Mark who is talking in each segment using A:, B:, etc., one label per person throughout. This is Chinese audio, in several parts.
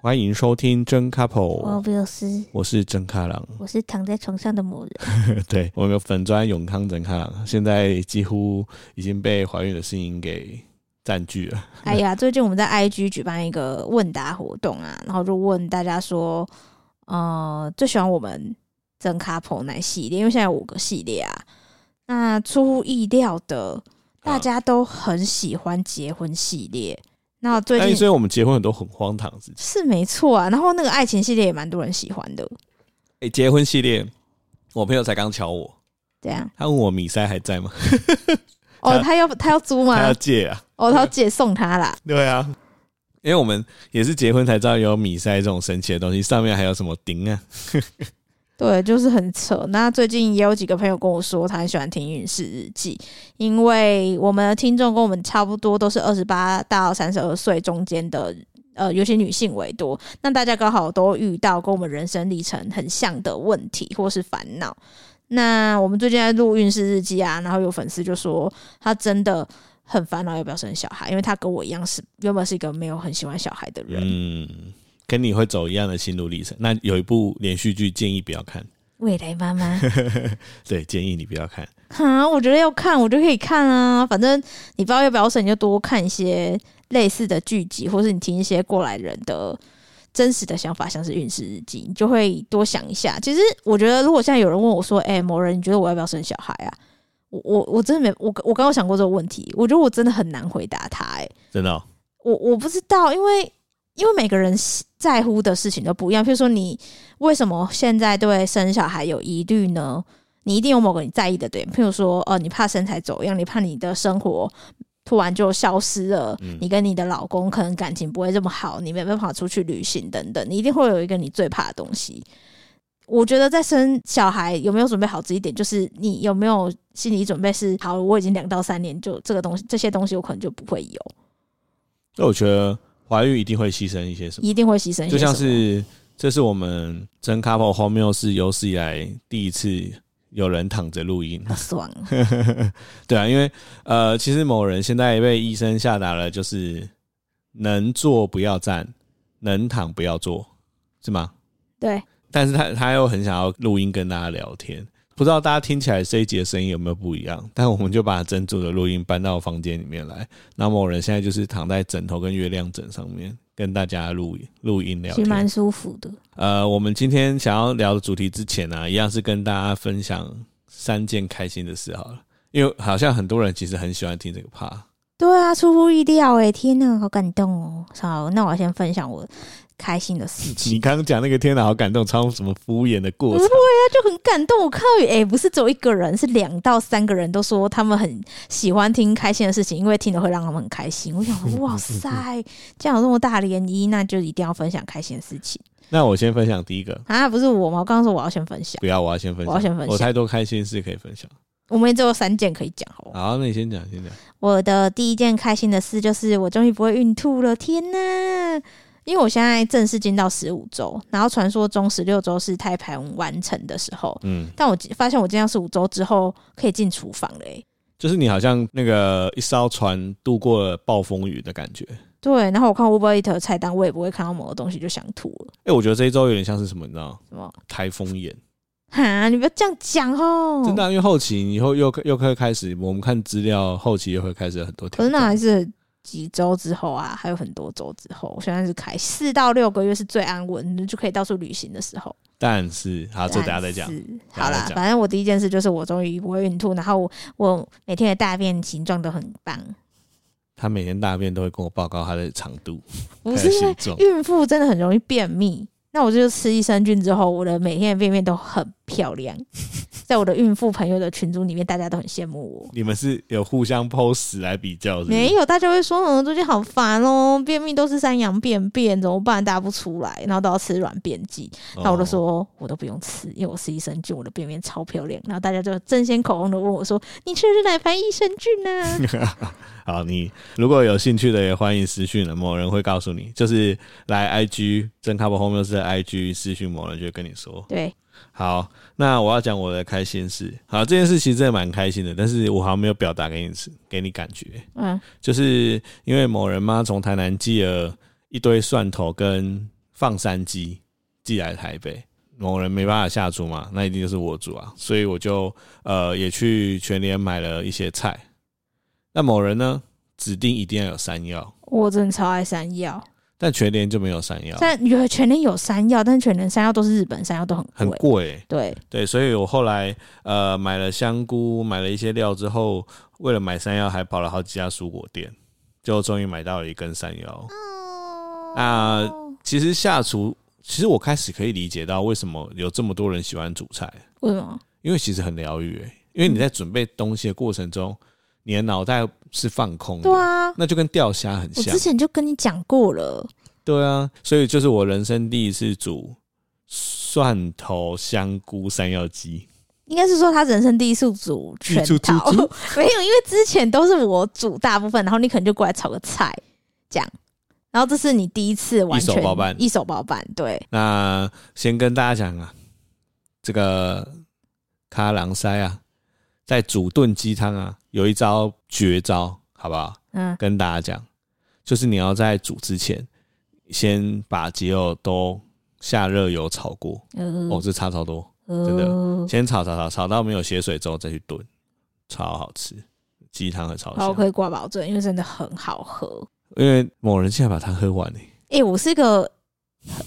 A: 欢迎收听真 couple，、
B: 我维尔斯，
A: 我是真卡郎。
B: 我是躺在床上的某人。
A: 对我有个粉砖永康真卡郎，现在几乎已经被怀孕的事情给占据了。
B: 哎呀，最近我们在 IG 举办一个问答活动啊，然后就问大家说，呃，最喜欢我们真 couple 哪系列？因为现在有五个系列啊。那出乎意料的，
A: 啊
B: 大家都很喜欢结婚系列。那最
A: 但
B: 近
A: 哎所以我们结婚很多很荒唐的事情。
B: 是没错啊，然后那个爱情系列也蛮多人喜欢的。
A: 哎、结婚系列，我朋友才刚瞧我，
B: 这样
A: 他问我米塞还在吗？
B: 哦，
A: 他
B: 他要他要租
A: 他要
B: 吗？
A: 借啊？
B: 哦，他要借送他啦。
A: 对啊。因为我们也是结婚才知道有米塞这种神奇的东西，上面还有什么钉啊？
B: 对，就是很扯。那最近也有几个朋友跟我说，他很喜欢听《运势日记》，因为我们的听众跟我们差不多，都是二十八到三十二岁中间的，呃，尤其女性为多。那大家刚好都遇到跟我们人生历程很像的问题或是烦恼。那我们最近在录《运势日记》啊，然后有粉丝就说，他真的很烦恼要不要生小孩，因为他跟我一样是原本是一个没有很喜欢小孩的人。
A: 嗯，跟你会走一样的心路历程。那有一部连续剧建议不要看，
B: 未来妈妈。
A: 对，建议你不要看。
B: 啊，我觉得要看我就可以看啊，反正你不知道要不要省，你就多看一些类似的剧集，或是你听一些过来人的真实的想法，像是《运势日记》，你就会多想一下。其实我觉得，如果现在有人问我说：“哎、某人，你觉得我要不要生小孩啊？”我我我真的没我我刚刚想过这个问题，我觉得我真的很难回答他、哎，
A: 真的、哦，
B: 我我不知道，因为因为每个人喜在乎的事情都不一样。譬如说，你为什么现在对生小孩有疑虑呢？你一定有某个你在意的点，譬如说，呃，你怕身材走样，你怕你的生活突然就消失了，
A: 嗯
B: 你跟你的老公可能感情不会这么好，你没办法出去旅行等等，你一定会有一个你最怕的东西。我觉得在生小孩有没有准备好这一点，就是你有没有心理准备是好，我已经两到三年就这个东西，这些东西我可能就不会有。
A: 那我觉得怀孕一定会牺牲一些什么，
B: 一定会牺牲一些什么，
A: 就像是这是我们真 couple 荒谬是有史以来第一次有人躺着录音，
B: 好爽啊，
A: 对啊，因为呃，其实某人现在被医生下达了，就是能坐不要站，能躺不要坐，是吗？
B: 对，
A: 但是他他又很想要录音跟大家聊天，不知道大家听起来这一集的声音有没有不一样？但我们就把珍珠的录音搬到房间里面来，那某人现在就是躺在枕头跟月亮枕上面跟大家录录音聊
B: 其实蛮
A: 天。
B: 舒服的。
A: 呃，我们今天想要聊的主题之前呢、啊一样是跟大家分享三件开心的事好了，因为好像很多人其实很喜欢听这个 part。
B: 对啊，出乎意料哎、天哪，好感动哦！好，那我先分享我开心的事情，
A: 你刚刚讲那个天哪，好感动，超什么敷衍的过 程？
B: 那就很感动。我看到哎、不是只有一个人，是两到三个人都说他们很喜欢听开心的事情，因为听了会让他们很开心。我想说，哇塞，既然有这么大涟漪，那就一定要分享开心的事情
A: 那我先分享第一个，
B: 啊！不是我吗？我刚刚说我要先分享，
A: 不要，我要先分享，
B: 我要先分享
A: 我太多开心事可以分享。
B: 我们也只有三件可以讲哦。
A: 好，那你先讲，先讲。
B: 我的第一件开心的事就是我终于不会孕吐了，天呐！因为我现在正式进到十五周，然后传说中十六周是胎盘完成的时候，
A: 嗯，
B: 但我发现我进到十五周之后可以进厨房了、欸。
A: 就是你好像那个一艘船渡过了暴风雨的感觉。
B: 对，然后我看 Uber Eat 的菜单，我也不会看到某个东西就想吐了，
A: 哎、我觉得这一周有点像是什么，你知道，
B: 什么？
A: 台风眼，
B: 哈，你不要这样讲哦！
A: 真的啊、因为后期以后又又会开始，我们看资料，后期又会开始有很多
B: 可
A: 挑
B: 是那
A: 战。
B: 还是几周之后啊，还有很多周之后。我现在是开四到六个月是最安稳，你就可以到处旅行的时候。
A: 但是，好，这等下再讲
B: 但。是。
A: 等下
B: 好
A: 再
B: 啦，
A: 讲
B: 反正我第一件事就是我终于不会孕吐，然后我我每天的大便形状都很棒，
A: 他每天大便都会跟我报告他的长度、
B: 不
A: 他的
B: 是因
A: 形
B: 为
A: 状。
B: 孕妇真的很容易便秘。那我就吃益生菌之后，我的每天的便便都很漂亮， 在我的孕妇朋友的群组里面，大家都很羡慕我。
A: 你们是有互相 POS 来比较是不是
B: 没有，大家会说，嗯，最近好烦哦，便秘都是山羊便便，怎么办？大不出来，然后都要吃软便剂。那我就，
A: 哦
B: 说，我都不用吃，因为我吃益生菌，我的便便超漂亮。然后大家就争先恐后的问我说：“你吃的是哪盘益生菌呢、啊。
A: 好，你如果有兴趣的也欢迎私讯了，某人会告诉你，就是来 IG 真卡 o 后面是 IG 私讯某人就会跟你说
B: 对，
A: 好，那我要讲我的开心事。好，这件事其实真的蛮开心的，但是我好像没有表达给你吃，给你感觉，
B: 嗯，
A: 就是因为某人妈从台南寄了一堆蒜头跟放山鸡寄来台北，某人没办法下厨嘛，那一定就是我煮啊，所以我就呃也去全联买了一些菜。那某人呢，指定一定要有山药，
B: 我真的超爱山药，
A: 但全联就没有山药，
B: 但有全年有山药，但是全年山药都是日本山药，都很
A: 很
B: 贵。
A: 贵欸、
B: 对，
A: 对，所以我后来呃买了香菇，买了一些料之后，为了买山药还跑了好几家蔬果店，最后终于买到了一根山药。啊其实下厨，其实我开始可以理解到为什么有这么多人喜欢煮菜，
B: 为什么？
A: 因为其实很疗愈、欸，因为你在准备东西的过程中，你的脑袋是放空的，
B: 对啊，
A: 那就跟钓虾很
B: 我
A: 像
B: 之，前就跟你讲过了，
A: 对啊，所以就是我人生第一次煮蒜头香菇山药鸡，
B: 应该是说他人生第一次煮全
A: 煮煮
B: 套，
A: 煮
B: 没有，因为之前都是我煮大部分，然后你可能就过来炒个菜这样，然后这是你第一次完
A: 一
B: 全
A: 手包办
B: 一手包办，对，
A: 那先跟大家讲啊，这个卡郎塞啊，在煮炖鸡汤啊，有一招绝招，好不好？
B: 嗯，
A: 跟大家讲，就是你要在煮之前，先把鸡肉都下热油炒过。
B: 嗯
A: 哦，这差超多，
B: 呃
A: 真的
B: 的
A: 先炒炒炒炒到没有血水之后再去炖，超好吃，鸡汤很超
B: 好，
A: 香。
B: 可以挂保证，因为真的很好喝。
A: 因为某人现在把它喝完呢、欸
B: 哎、我是个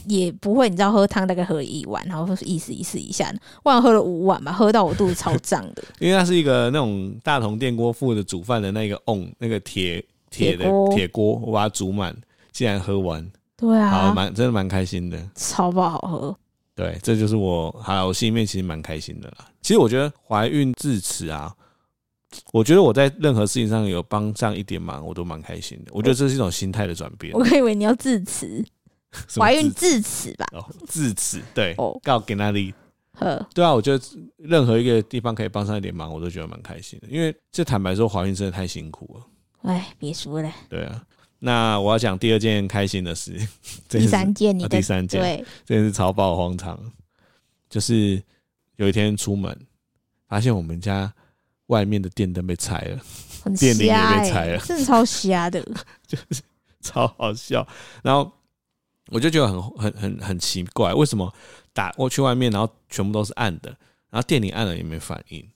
B: 也不会，你知道喝汤大概喝一碗，然后意思意思一下，我好像喝了五碗吧，喝到我肚子超胀 的。
A: 因为它是一个那种大同电锅附的煮饭的那个瓮，那个铁铁的
B: 铁锅
A: 铁锅，我把它煮满，竟然喝完，
B: 对
A: 好
B: 啊，
A: 蛮真的蛮开心的。
B: 超爆好喝。
A: 对，这就是我，好啦，我心里面其实蛮开心的啦。其实我觉得怀孕至此啊，我觉得我在任何事情上有帮上一点忙，我都蛮开心的。我觉得这是一种心态的转变
B: 我。以为你要致辞，
A: 什么
B: 怀孕
A: 至
B: 致辞吧？
A: 哦，至此对，
B: 哦，
A: 告给那里。
B: 呵，
A: 对啊，我觉得任何一个地方可以帮上一点忙，我都觉得蛮开心的。因为这坦白说，怀孕真的太辛苦了。
B: 哎，别说了，
A: 对啊，那我要讲第二件开心的事，这
B: 第
A: 是
B: 三件你
A: 啊
B: 的、
A: 第三件，
B: 对，
A: 真是超爆荒唐。就是有一天出门，发现我们家外面的电灯被拆了，
B: 很
A: 电铃也被
B: 瞎哎、
A: 拆了
B: 真的超 瞎的。
A: 超好笑。然后我就觉得很很很很奇怪，为什么打我去外面，然后全部都是暗的，然后电铃按了也没反应。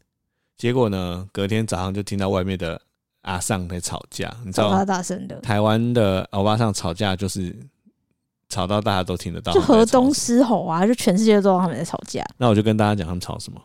A: 结果呢，隔天早上就听到外面的阿尚在吵架，你知道
B: 超
A: 吗
B: 超大声的，
A: 台湾的欧巴上吵架就是吵到大家都听得到，
B: 就河东
A: 西。
B: 狮吼啊，就全世界都知道他们在吵架。
A: 那我就跟大家讲他们吵什么，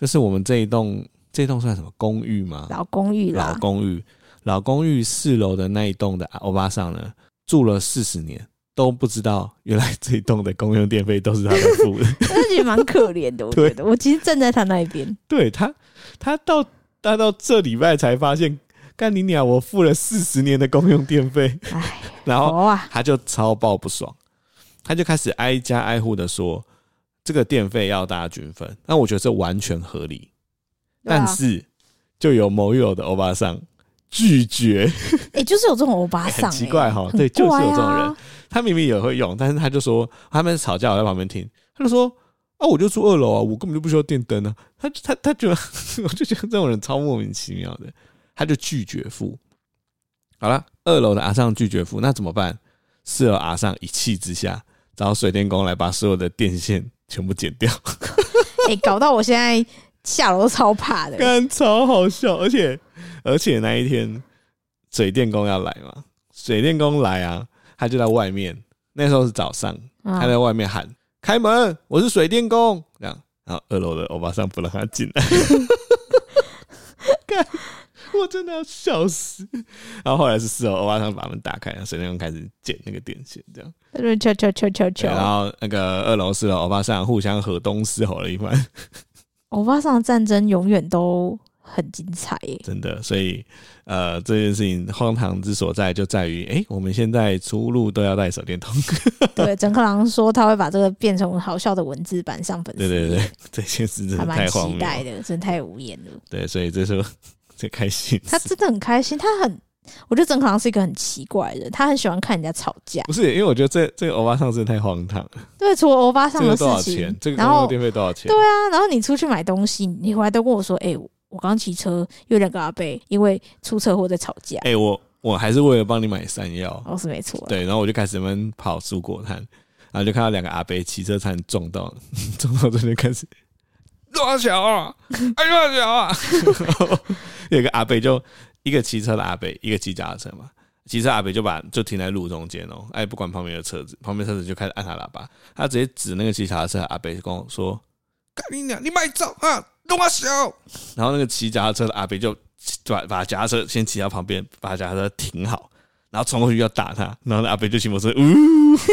A: 就是我们这一栋这一栋算什么公寓吗？
B: 老公寓
A: 老
B: 啦，
A: 公寓，老公寓四楼的那一栋的欧巴上呢，住了四十年都不知道原来这一栋的公用电费都是他们付的。
B: 但是也蛮可怜的，我
A: 对
B: 觉得。我其实站在他那一边，
A: 对他，他到他到这礼拜才发现，干你娘！我付了四十年的公用电费，
B: 哎，
A: 然后
B: 哦啊，
A: 他就超爆不爽，他就开始挨家挨户的说，这个电费要大家均分。那我觉得这完全合理，
B: 对啊
A: 但是就有某友的欧巴桑拒绝，
B: 哎、就是有这种欧巴
A: 很
B: 桑、
A: 奇
B: 哎
A: 怪哈
B: 很
A: 对就是有
B: 怪
A: 这种
B: 啊
A: 人。他明明也会用，但是他就说他们吵架，我在旁边听，他就说啊，我就住二楼啊，我根本就不需要电灯啊。他他他觉得， 我就觉得这种人超莫名其妙的，他就拒绝付。好了，二楼的阿尚拒绝付，那怎么办？四楼阿尚一气之下找水电工来把所有的电线全部剪掉，
B: 哎、搞到我现在下楼都超 怕的。
A: 干超好笑，而且而且那一天水电工要来嘛，水电工来啊，他就在外面，那时候是早上，
B: 啊
A: 他在外面喊：“开门，我是水电工。”这样，然后二楼的欧巴桑不让他进来。干，我真的要笑死。然后后来是四楼欧巴桑把门打开，然后水电工开始剪那个电线，这样。
B: 他就敲敲敲敲
A: 对，然
B: 敲。
A: 后那个二楼四楼欧巴桑互相河东狮吼了一番，
B: 欧巴桑的战争永远都很精彩欸 耶、
A: 真的。所以，呃，这件事情荒唐之所在就在于，哎、我们现在出入都要带手电筒。
B: 对，整克郎说他会把这个变成好笑的文字版上粉
A: 对
B: 丝，
A: 对对，这件事真的
B: 还蛮
A: 太荒
B: 期
A: 谬
B: 待
A: 了。
B: 的，真的太 无言了。
A: 对，所以这是我最开心的事。
B: 他真的很开心，他很，我觉得整克郎是一个很奇怪的人，他很喜欢看人家吵架。
A: 不是，因为我觉得这这个欧巴上真的太荒唐了。
B: 对，除了欧巴桑
A: 这个
B: 的事
A: 多少钱
B: 情？，
A: 这个
B: 然
A: 公用
B: 后
A: 电费多少钱？
B: 对啊，然后你出去买东西，你回来都跟我说，哎、我刚骑车，有两个阿伯因为出车祸在吵架。
A: 哎、我我还是为了帮你买山药，
B: 哦，是没错啦，
A: 对，然后我就开始们跑蔬果摊。然后就看到两个阿伯骑车差点撞到， 撞到这边开始。多小啊！哎，多小啊！ 然后有一个阿北就一个骑车的阿北，一个骑脚踏车嘛。骑车阿北就把就停在路中间哦，哎，不管旁边的车子，旁边车子就开始按他喇叭，他直接指那个骑脚踏车的阿北跟我说：“干你娘，你卖走啊，弄我小！”然后那个骑脚踏车的阿北就把把脚踏车先骑到旁边，把脚踏车停好，然后冲过去要打他，然后那阿北就骑摩托车，呜，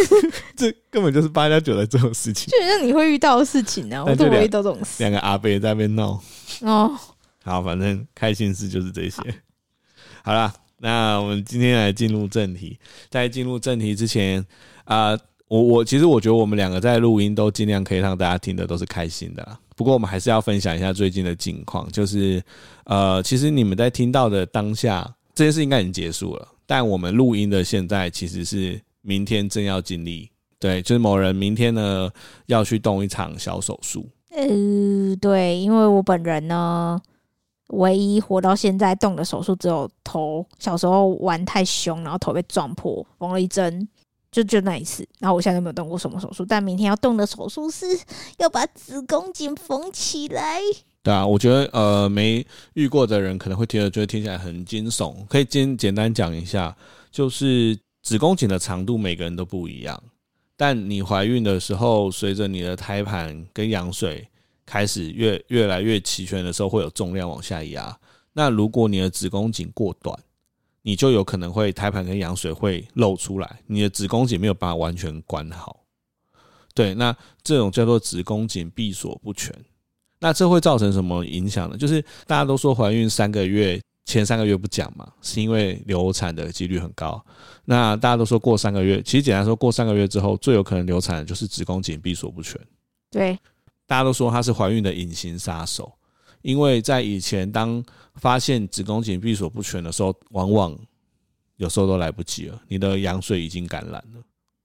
A: 这根本就是八加九的这种事情。
B: 就像你会遇到的事情啊，我
A: 但这
B: 都不
A: 两
B: 会遇到这种事
A: 两个阿伯在那边闹。
B: 哦。
A: 好，反正开心事就是这些。好啦，那我们今天来进入正题。在进入正题之前，啊、我我其实我觉得我们两个在录音都尽量可以让大家听的都是开心的啦。不过我们还是要分享一下最近的近况，就是呃，其实你们在听到的当下，这件事应该已经结束了，但我们录音的现在其实是明天正要经历。对，就是某人明天呢要去动一场小手术，
B: 呃，对，因为我本人呢，唯一活到现在动的手术只有头。小时候玩太凶，然后头被撞破，缝了一针，就就那一次。然后我现在都没有动过什么手术，但明天要动的手术是要把子宫颈缝起来。
A: 对啊，我觉得呃，没遇过的人可能会听得觉得听起来很惊悚。可以简简单讲一下，就是子宫颈的长度每个人都不一样，但你怀孕的时候，随着你的胎盘跟羊水开始越越来越齐全的时候，会有重量往下压。那如果你的子宫颈过短，你就有可能会胎盘跟羊水会漏出来，你的子宫颈没有把它完全关好。对，那这种叫做子宫颈闭锁不全。那这会造成什么影响呢？就是大家都说怀孕三个月前三个月不讲嘛，是因为流产的几率很高。那大家都说过三个月，其实简单说，过三个月之后最有可能流产的就是子宫颈闭锁不全。
B: 对，
A: 大家都说它是怀孕的隐形杀手，因为在以前当发现子宫颈闭锁不全的时候，往往有时候都来不及了，你的羊水已经感染了。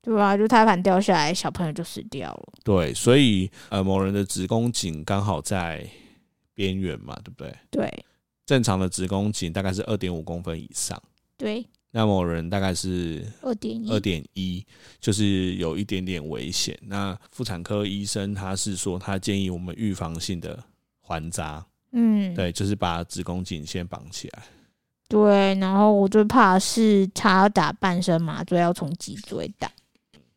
B: 对啊，就胎盘掉下来，小朋友就死掉了。
A: 对，所以呃，某人的子宫颈刚好在边缘嘛，对不对？
B: 对
A: 正常的子宫颈大概是二点五公分以上，
B: 对，
A: 那某人大概是
B: 二点一
A: 二点一，就是有一点点危险。那妇产科医生他是说，他建议我们预防性的环扎，
B: 嗯，
A: 对，就是把子宫颈先绑起来。
B: 对，然后我最怕的是他要打半身麻醉，要从脊椎打，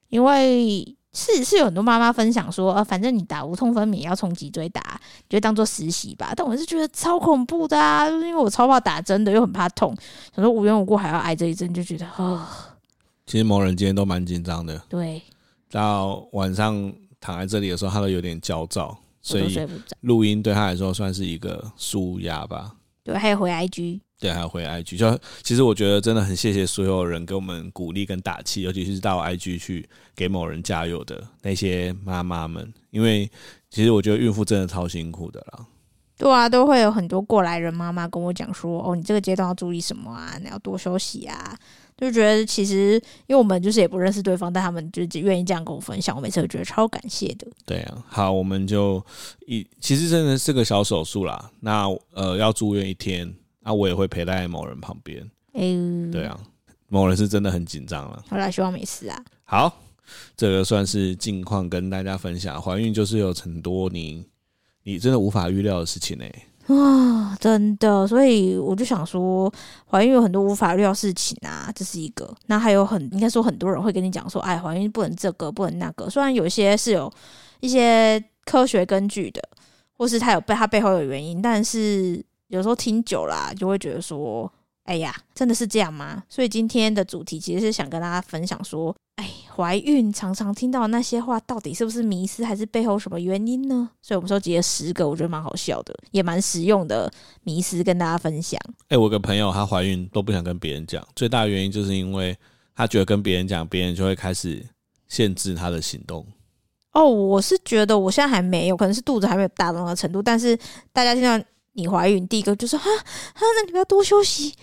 B: 因为是是有很多妈妈分享说，呃，反正你打无痛分娩也要从脊椎打，你就当做实习吧。但我是觉得超恐怖的啊，就是因为我超怕打针的，又很怕痛，想说无缘无故还要挨这一针，就觉得哦，
A: 其实某人今天都蛮紧张的，
B: 对，
A: 到晚上躺在这里的时候，他都有点焦躁，
B: 我
A: 所
B: 都
A: 以
B: 睡不着。
A: 录音对他来说算是一个舒压吧。
B: 对，还有回 IG，
A: 对，还有回 IG，就其实我觉得真的很谢谢所有人给我们鼓励跟打气，尤其是到 IG 去给某人加油的那些妈妈们，因为其实我觉得孕妇真的超辛苦的啦。
B: 对啊，都会有很多过来人妈妈跟我讲说，哦，你这个阶段要注意什么啊，你要多休息啊。就觉得其实，因为我们就是也不认识对方，但他们就只愿意这样跟我分享，我每次都觉得超感谢的。
A: 对啊，好，我们就一其实真的是个小手术啦。那呃要住院一天，啊我也会陪在某人旁边。
B: 哎、
A: 对，啊，某人是真的很紧张了。
B: 后来希望没事啊。
A: 好，这个算是近况跟大家分享。怀孕就是有很多你你真的无法预料的事情呢、欸
B: 啊，真的，所以我就想说，怀孕有很多无法料事情啊，这是一个。那还有很应该说很多人会跟你讲说，哎，怀孕不能这个，不能那个。虽然有一些是有一些科学根据的，或是它有背它背后有原因，但是有时候听久了啊、就会觉得说，哎呀，真的是这样吗？所以今天的主题其实是想跟大家分享说，哎，怀孕常常听到那些话，到底是不是迷思，还是背后有什么原因呢？所以我们收集了十个，我觉得蛮好笑的，也蛮实用的迷思跟大家分享。
A: 哎、我有个朋友她怀孕都不想跟别人讲，最大的原因就是因为她觉得跟别人讲，别人就会开始限制她的行动。
B: 哦，我是觉得我现在还没有，可能是肚子还没有大到那个程度，但是大家听到你怀孕，第一个就说哈哈，那你不要多休息。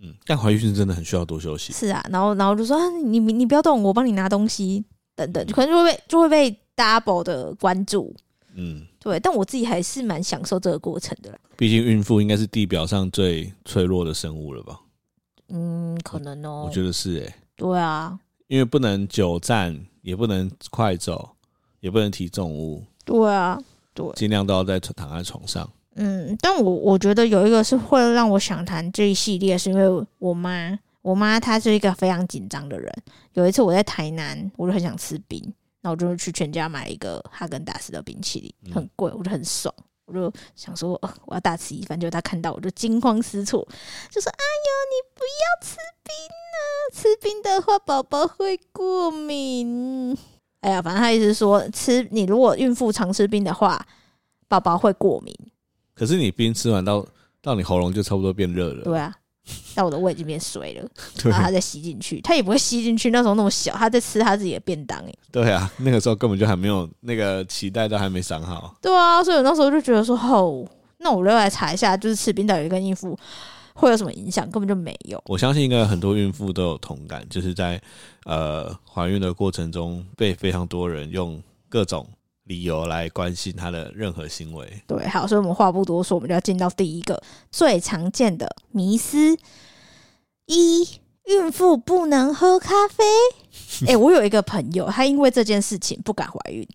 A: 嗯，但怀孕是真的很需要多休息。
B: 是啊，然后然后就说啊，你你你不要动，我帮你拿东西等等，可能就会被就会被 double 的关注。
A: 嗯，
B: 对，但我自己还是蛮享受这个过程的啦。
A: 毕竟孕妇应该是地表上最脆弱的生物了吧？
B: 嗯，可能哦
A: 我，觉得是哎、
B: 对啊，
A: 因为不能久站，也不能快走，也不能提重物，
B: 对啊，对，
A: 尽量都要在躺在床上。
B: 嗯，但我我觉得有一个是会让我想谈这一系列，是因为我妈，我妈她是一个非常紧张的人。有一次我在台南，我就很想吃冰，那我就去全家买了一个哈根达斯的冰淇淋，很贵，我就很爽。我就想说，呃我要大吃一番，结果她看到我就惊慌失措，就说：“哎呦，你不要吃冰啊！吃冰的话，宝宝会过敏。”哎呀，反正她意思是说，吃你如果孕妇常吃冰的话，宝宝会过敏。
A: 可是你冰吃完到到你喉咙就差不多变热了，
B: 对啊，但我的胃已经变水了，
A: 对
B: 然后它再吸进去，它也不会吸进去。那时候那么小，它在吃它自己的便当、欸，
A: 对啊，那个时候根本就还没有那个脐带都还没长好，
B: 对啊，所以我那时候就觉得说，哦，那我就来查一下，就是吃冰到底跟孕妇会有什么影响，根本就没有。
A: 我相信应该很多孕妇都有同感，就是在呃怀孕的过程中，被非常多人用各种理由来关心她的任何行为。
B: 对，好，所以我们话不多说，我们就要进到第一个最常见的迷思：一，孕妇不能喝咖啡。哎、我有一个朋友，她因为这件事情不敢怀孕，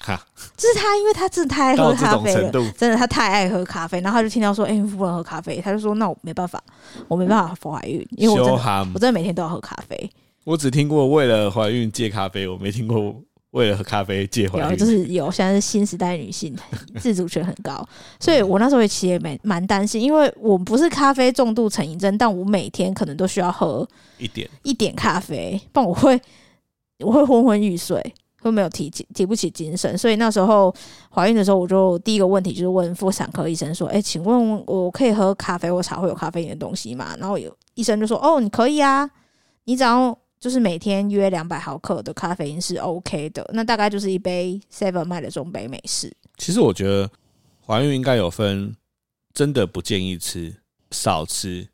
A: 哈，
B: 就是她，因为她真的太爱喝
A: 到这
B: 咖
A: 种
B: 啡了
A: 程，度，
B: 真的，他太爱喝咖啡，然后他就听到说，哎、孕妇不能喝咖啡，他就说，那我没办法，我没办法怀孕，因为我真
A: 羞
B: 的，
A: 哈
B: 我真的每天都要喝咖啡，
A: 我只听过为了怀孕戒咖啡，我没听过为了喝咖啡戒怀
B: 有
A: 孕。
B: 就是有，现在是新时代女性自主权很高，所以我那时候也其实也蛮蛮担心，因为我不是咖啡重度成瘾症，但我每天可能都需要喝
A: 一点，
B: 一点咖啡，不然我会我会昏昏欲睡，会没有提起提不起精神。所以那时候怀孕的时候，我就第一个问题就是问妇产科医生说：“哎、请问我可以喝咖啡或茶会有咖啡因的东西吗？”然后有医生就说：“哦，你可以啊，你只要就是每天约两百毫克的咖啡因是 OK 的，那大概就是一杯 Seven 卖的中杯美式。
A: 其实我觉得怀孕应该有分，真的不建议吃、少吃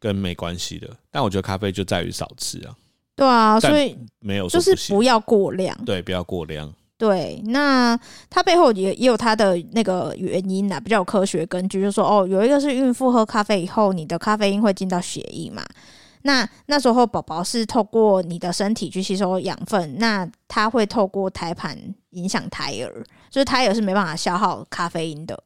A: 跟没关系的。但我觉得咖啡就在于少吃啊，”
B: 对啊，
A: 但
B: 所以
A: 没有说
B: 就是
A: 不行
B: 不要过量。
A: 对，不要过量。
B: 对，那它背后也也有它的那个原因啦，比较有科学根据，就是说哦，有一个是孕妇喝咖啡以后，你的咖啡因会进到血液嘛。那那时候宝宝是透过你的身体去吸收养分，那它会透过胎盘影响胎儿，就是胎儿是没办法消耗咖啡因的，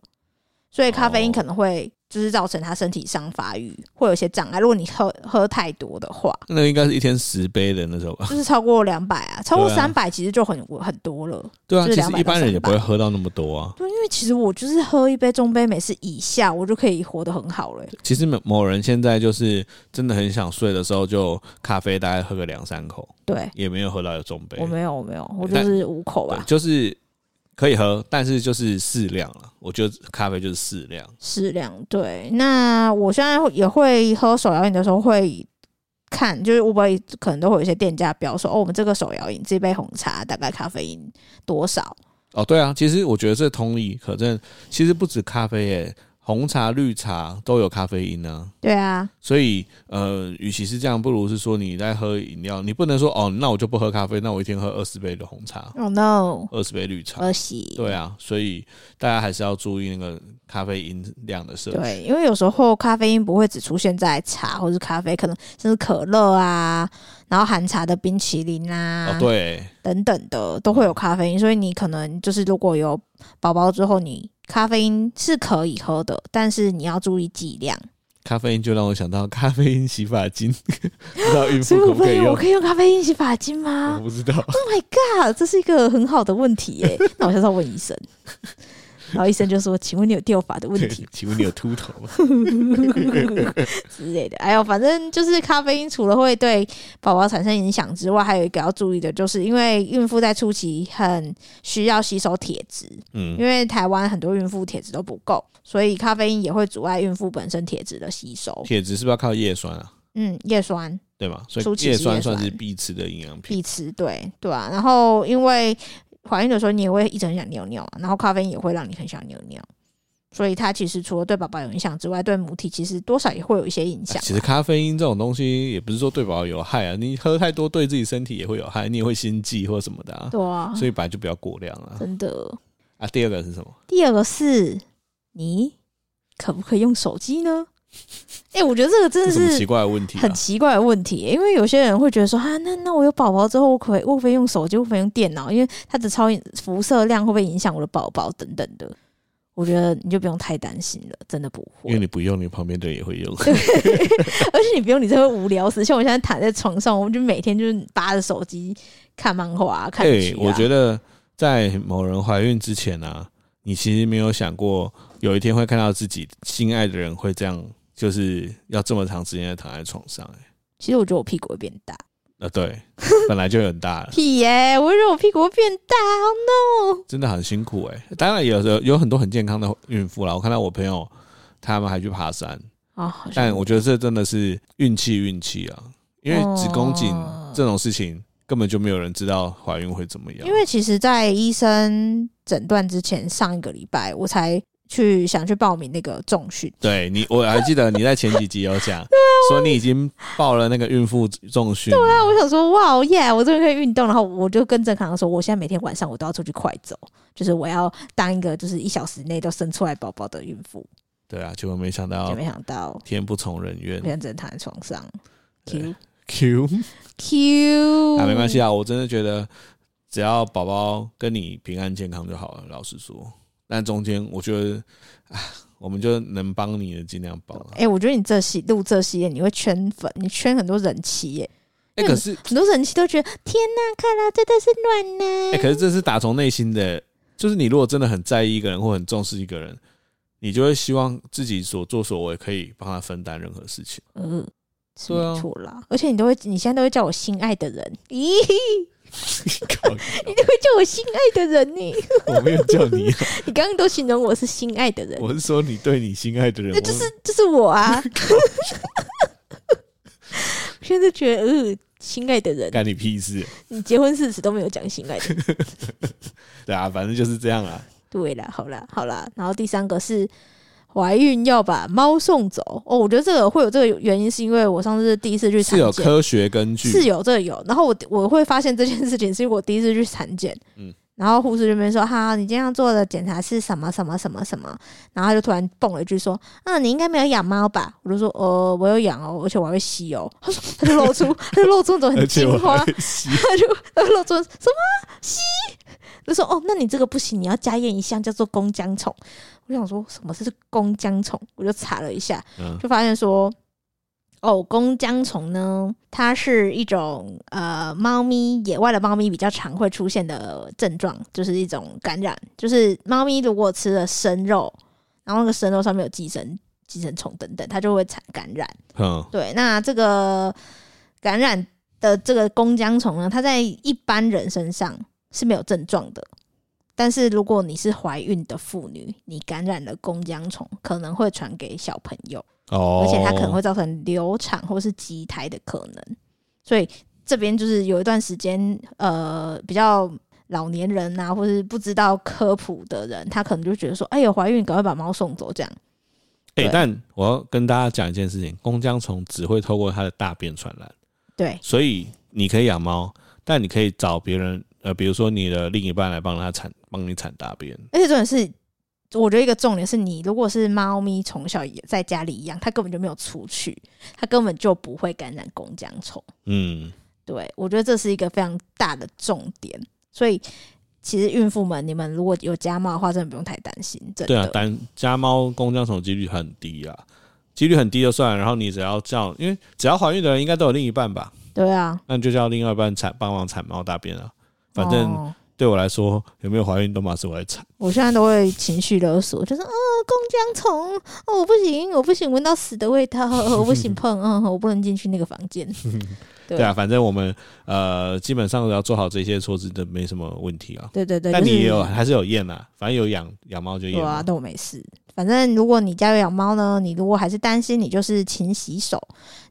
B: 所以咖啡因
A: 哦
B: 可能会就是造成他身体上发育会有一些障碍。如果你喝喝太多的话，
A: 那个应该是一天十杯的那种吧？
B: 就是超过两百啊，超过
A: 对啊
B: 三百其实就很很多了。
A: 对啊，
B: 就
A: 其
B: 是
A: 实
B: 200
A: 一般人也不会
B: 到300
A: 喝到那么多啊。
B: 对，因为其实我就是喝一杯中杯美式以下，我就可以活得很好了欸、
A: 其实某某人现在就是真的很想睡的时候，就咖啡大概喝个两三口，
B: 对，
A: 也没有喝到有中杯。
B: 我没有，我没有，啊我就
A: 但
B: 是五口
A: 对
B: 吧，，
A: 就是可以喝，但是就是适量了。我觉得咖啡就是适量。
B: 适量。对，那我现在也会喝手摇饮的时候会看，就是我会可能都会有一些店家标说，哦，我们这个手摇饮这杯红茶大概咖啡因多少？
A: 哦，对啊，其实我觉得这同理可证。其实不止咖啡耶、红茶、绿茶都有咖啡因啊。
B: 对啊，
A: 所以，呃，与其是这样，不如是说你在喝饮料，你不能说哦，那我就不喝咖啡，那我一天喝二十杯的红茶，
B: 哦、no，
A: 二十杯绿茶。
B: 可惜。
A: 对啊，所以大家还是要注意那个咖啡因量的摄取。
B: 对，因为有时候咖啡因不会只出现在茶或是咖啡，可能甚至可乐啊，然后含茶的冰淇淋啊，
A: 哦，对，
B: 等等的都会有咖啡因，所以你可能就是如果有宝宝之后，你咖啡因是可以喝的，但是你要注意剂量。
A: 咖啡因就让我想到咖啡因洗发精， 不知道孕
B: 所
A: 妇可
B: 以我
A: 不
B: 朋
A: 可以
B: 友，我
A: 用？嗯
B: 可以用咖啡因洗发精吗
A: 我不知道。
B: ？Oh my god，这是一个很好的问题 耶、那我下次要问医生。然后医生就说：“请问你有掉发的问题吗
A: 请问你有秃头 吗？
B: 之类的。”哎呦，反正就是咖啡因除了会对宝宝产生影响之外，还有一个要注意的，就是因为孕妇在初期很需要吸收铁质，
A: 嗯，
B: 因为台湾很多孕妇铁质都不够，所以咖啡因也会阻碍孕妇本身铁质的吸收。
A: 铁质是不是要靠叶酸啊？
B: 嗯，叶酸
A: 对吗？所
B: 初
A: 以
B: 期是
A: 叶酸
B: 叶酸
A: 算是必吃的营养品。
B: 必吃，对对啊。然后因为怀孕的时候你也会一直很想尿尿嘛，然后咖啡因也会让你很想尿尿，所以它其实除了对宝宝有影响之外，对母体其实多少也会有一些影响。
A: 啊其实咖啡因这种东西也不是说对宝宝有害啊，你喝太多对自己身体也会有害，你也会心悸或什么的啊。
B: 对啊，
A: 所以本来就不要过量啊。
B: 真的。
A: 啊，第二个是什么？
B: 第二个是你可不可以用手机呢？哎、我觉得这个真
A: 这
B: 的
A: 什么奇
B: 是
A: 怪的问题、啊？
B: 很奇怪的问题、因为有些人会觉得说啊，那那我有宝宝之后，我可不可以我可不可以用手机，我可不可以用电脑，因为它的超音辐射量会不会影响我的宝宝等等的。我觉得你就不用太担心了，真的不
A: 因为
B: 会，
A: 你不用，你旁边的人也会用。
B: 而且你不用你这会无聊死。像我现在躺在床上，我就每天就是扒着手机看漫画啊、看剧、
A: 对，
B: 啊
A: 哎我觉得在某人怀孕之前啊，你其实没有想过有一天会看到自己心爱的人会这样，就是要这么长时间的躺在床上、欸。
B: 其实我觉得我屁股会变大，
A: 呃，对， 本来就很大了，
B: 屁耶、我觉得我屁股会变大，oh，no！
A: 真的很辛苦哎、欸当然有有有很多很健康的孕妇啦，我看到我朋友他们还去爬山，
B: 啊，好像
A: 但我觉得这真的是运气运气啊，因为子宫颈
B: 哦
A: 这种事情根本就没有人知道怀孕会怎么样。
B: 因为其实，在医生诊断之前，上一个礼拜我才去想去报名那个重训，
A: 对你，我还记得你在前几集有 讲，说你已经报了那个孕妇重训，啊对啊
B: 那我想说，哇哦耶，我终于可以运动，然后我就跟郑康说，我现在每天晚上我都要出去快走，就是我要当一个就是一小时内都生出来宝宝的孕妇，
A: 啊，结果没想
B: 就
A: 到
B: 没想到。
A: 天不从人愿
B: 我现在只能躺在床上
A: 嗯对
B: ，Q
A: ，Q
B: Q
A: 啊，没关系啊，我真的觉得只要宝宝跟你平安健康就好了，老实说，但中间我觉得，啊，我们就能帮你的尽量帮啊。
B: 哎、我觉得你这系录这系列，你会圈粉，你圈很多人气耶，
A: 哎、可是
B: 很多人气都觉得天呐，克拉真的是暖男、
A: 哎、可是这是打从内心的，就是你如果真的很在意一个人或很重视一个人，你就会希望自己所作所为可以帮他分担任何事情。
B: 嗯，是
A: 对啊
B: 没错啦。而且你都会，你现在都会叫我心爱的人，咦，
A: 靠
B: 你都会叫我心爱的人呢？
A: 我没有叫你、啊，
B: 你刚刚都形容我是心爱的人，
A: 我是说你对你心爱的人，
B: 那就是就是 我啊。我现在觉得，呃，心爱的人
A: 我，干你屁事。
B: 你结婚四十都没有讲心 爱的人。
A: 对啊，反正就是这样啊。
B: 对啦，好啦，好啦。然后第三个是。怀孕要把猫送走哦，我觉得这个会有这个原因，是因为我上次第一次去产
A: 是
B: 检
A: 有科学根据，
B: 是有这个有。然后我我会发现这件事情，是因为我第一次去产检，
A: 嗯
B: 然后护士这边说：“哈，你今天要做的检查是什么什么什么什么。”然后他就突然蹦了一句说：“嗯，你应该没有养猫吧？”我就说：“呃，我有养哦，而且我还会吸哦。” 他说：“他就 露出，他就露出那种
A: 而
B: 很
A: 且
B: 惊
A: 我
B: 慌
A: 还，吸
B: 他就他就露出什么吸，就说：“哦，那你这个不行，你要加验一项叫做弓浆虫。”我想说什么是弓浆虫，我就查了一下，
A: 嗯，
B: 就发现说，哦，弓浆虫呢，它是一种呃，猫咪野外的猫咪比较常会出现的症状，就是一种感染，就是猫咪如果吃了生肉，然后那个生肉上面有寄生寄生虫等等，它就会产感染。
A: 嗯，
B: 对，那这个感染的这个弓浆虫呢，它在一般人身上是没有症状的，但是如果你是怀孕的妇女，你感染了弓浆虫，可能会传给小朋友。
A: 哦，
B: 而且它可能会造成流产或是畸胎的可能。所以这边就是有一段时间，呃，比较老年人呐、或是不知道科普的人，他可能就觉得说，哎呦，怀孕赶快把猫送走这样。
A: 哎、
B: 对
A: 但我要跟大家讲一件事情：弓浆虫只会透过它的大便传染，
B: 对，
A: 所以你可以养猫，但你可以找别人，呃，比如说你的另一半来帮它产，帮你产大便。
B: 而且重点是。我觉得一个重点是你，如果是猫咪从小也在家里养，它根本就没有出去，它根本就不会感染弓浆虫。
A: 嗯，
B: 对，我觉得这是一个非常大的重点，所以其实孕妇们，你们如果有家猫的话，真的不用太担心。真的，
A: 对啊，单家猫弓浆虫的几率很低啊，几率很低就算了，然后你只要叫，因为只要怀孕的人应该都有另一半吧，
B: 对啊，
A: 那你就叫另外一半产帮忙产猫大便啊。反正
B: 哦
A: 对我来说，有没有怀孕都嘛是我来产。
B: 我现在都会情绪勒索，就是啊，弓浆虫，哦，我不行，我不行，闻到死的味道， 我不行碰，嗯，我不能进去那个房间。对
A: 对啊，反正我们呃基本上只要做好这些措施，都没什么问题啊。
B: 对对对，
A: 但
B: 就
A: 你
B: 是
A: 也有还是有验啊，反正有养养猫就验
B: 对啊
A: 嘛。，
B: 但我没事。反正如果你家有养猫呢，你如果还是担心，你就是勤洗手，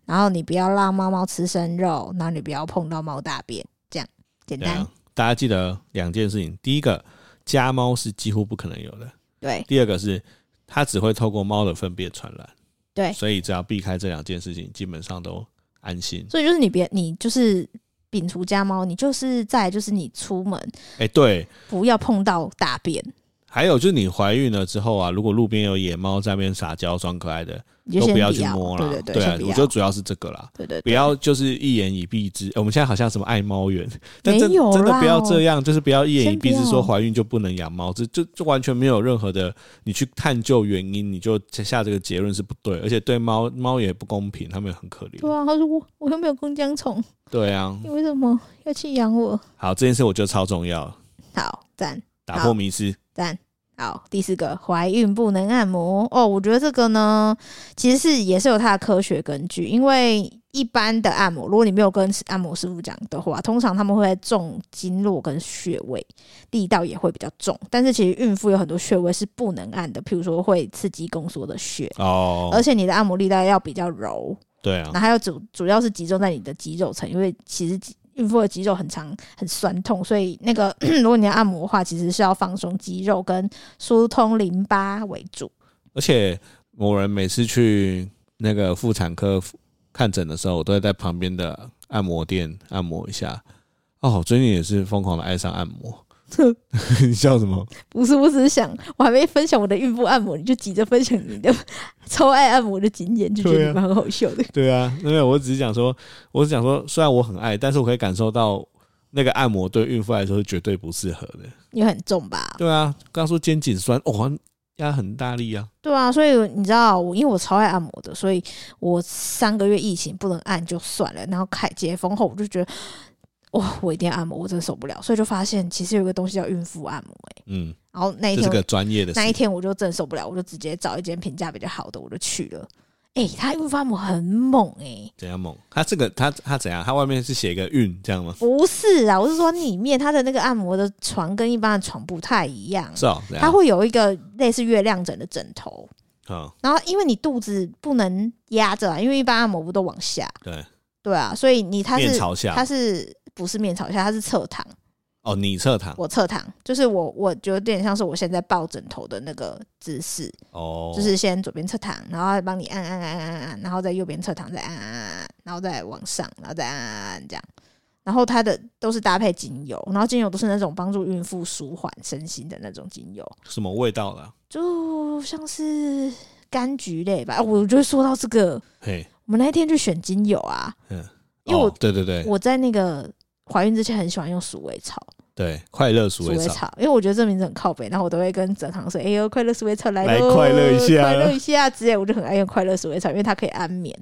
B: 然后你不要让猫猫吃生肉，然后你不要碰到猫大便，这样简
A: 对
B: 单。
A: 啊，大家记得两件事情：第一个，家猫是几乎不可能有的；
B: 对
A: 第二个是它只会透过猫的粪便传染。
B: 对
A: 所以只要避开这两件事情，基本上都安心。
B: 所以就是你别，你就是摒除家猫，你就是再来就是你出门
A: 哎、对，
B: 不要碰到大便。
A: 还有就是你怀孕了之后啊，如果路边有野猫在那边撒娇装可爱的，
B: 你就
A: 都
B: 先
A: 不要
B: 不
A: 去摸
B: 对
A: 啦。
B: 对
A: 对啊
B: 先，不
A: 我
B: 要
A: 觉得主要是这个啦。
B: 对对
A: 不
B: 对
A: 要就是一言以蔽之，呃我们现在好像什么爱猫园，但真
B: 没有
A: 真的
B: 啦啊
A: 不要这样，就是不要一言以蔽
B: 先
A: 之
B: 不要
A: 说怀孕就不能养猫，这就就完全没有任何的你去探究原因，你就下这个结论是不对，而且对猫猫也不公平，它们也很可
B: 对
A: 怜。
B: 啊，他说我我又没有弓浆虫，
A: 对啊，
B: 你为什么要去养我？
A: 好，这件事我觉得超重要，
B: 好赞
A: 打破迷思。
B: 赞。好，第四个，怀孕不能按摩哦。我觉得这个呢，其实是也是有它的科学根据，因为一般的按摩，如果你没有跟按摩师傅讲的话，通常他们会在重经络跟穴位，力道也会比较重。但是其实孕妇有很多穴位是不能按的，譬如说会刺激宫缩的穴，而
A: 哦，
B: 且你的按摩力道要比较柔，
A: 对啊
B: 然后，还有主主要是集中在你的肌肉层，因为其实肌孕妇的肌肉很长很酸痛，所以那个 如果你要按摩的话，其实是要放松肌肉跟疏通淋巴为主。
A: 而且某人每次去那个妇产科看诊的时候，我都会在旁边的按摩店按摩一下。哦，最近也是疯狂的爱上按摩。 你笑什么？
B: 不是，我只是想，我还没分享我的孕妇按摩，你就急着分享你的 超爱按摩的经验，就觉
A: 对
B: 得
A: 啊
B: 你蛮好笑的。
A: 对啊，因为我只是讲说，我只是讲说，虽然我很爱，但是我可以感受到那个按摩对孕妇来说是绝对不适合的。
B: 也很重吧？
A: 对啊，刚说肩颈酸，哦，压很大力啊。
B: 对啊，所以你知道我，因为我超爱按摩的，所以我三个月疫情不能按就算了，然后开解封后，我就觉得哇，我一定要按摩，我真受不了，所以就发现其实有一个东西叫孕妇按摩、欸，
A: 嗯，
B: 然后那一
A: 这
B: 天
A: 是
B: 我
A: 个专业的事
B: 那一。天我就真的受不了，我就直接找一间评价比较好的，我就去了。哎、他孕妇按摩很猛哎、
A: 怎样猛？他这个他他怎样？他外面是写一个孕这样吗？
B: 不是啊，我是说里面它的那个按摩的床跟一般的床不太一样，
A: 是哦，怎
B: 它
A: 样？
B: 会有一个类似月亮枕的枕头，
A: 嗯，
B: 然后因为你肚子不能压着啊，因为一般按摩不都往下，
A: 对
B: 对啊，所以你它
A: 面
B: 是
A: 朝下
B: 它是不是面朝下？它是侧躺，
A: 哦，你侧躺
B: 我侧躺，就是我我觉得有点像是我现在抱枕头的那个姿势，
A: 哦，
B: 就是先左边侧躺，然后帮你按按按按按按，然后在右边侧躺，再按按按按，然后再往上，然后再按按按按这样。然后它的都是搭配精油，然后精油都是那种帮助孕妇舒缓身心的那种精油，
A: 什么味道啦？
B: 就像是柑橘类吧。哦我就说到这个，
A: 嘿，
B: 我们那一天去选精油啊，因为我
A: 哦、对对对
B: 我在那个怀孕之前很喜欢用鼠尾草，
A: 对，快乐鼠
B: 鼠
A: 尾
B: 尾
A: 草，
B: 草，因为我觉得这名字很靠北，然后我都会跟泽堂说：“哎呦，快乐鼠尾草来
A: 来
B: 喽，
A: 快乐一下
B: 快乐一下。”之类，我就很爱用快乐鼠尾草，因为它可以安眠。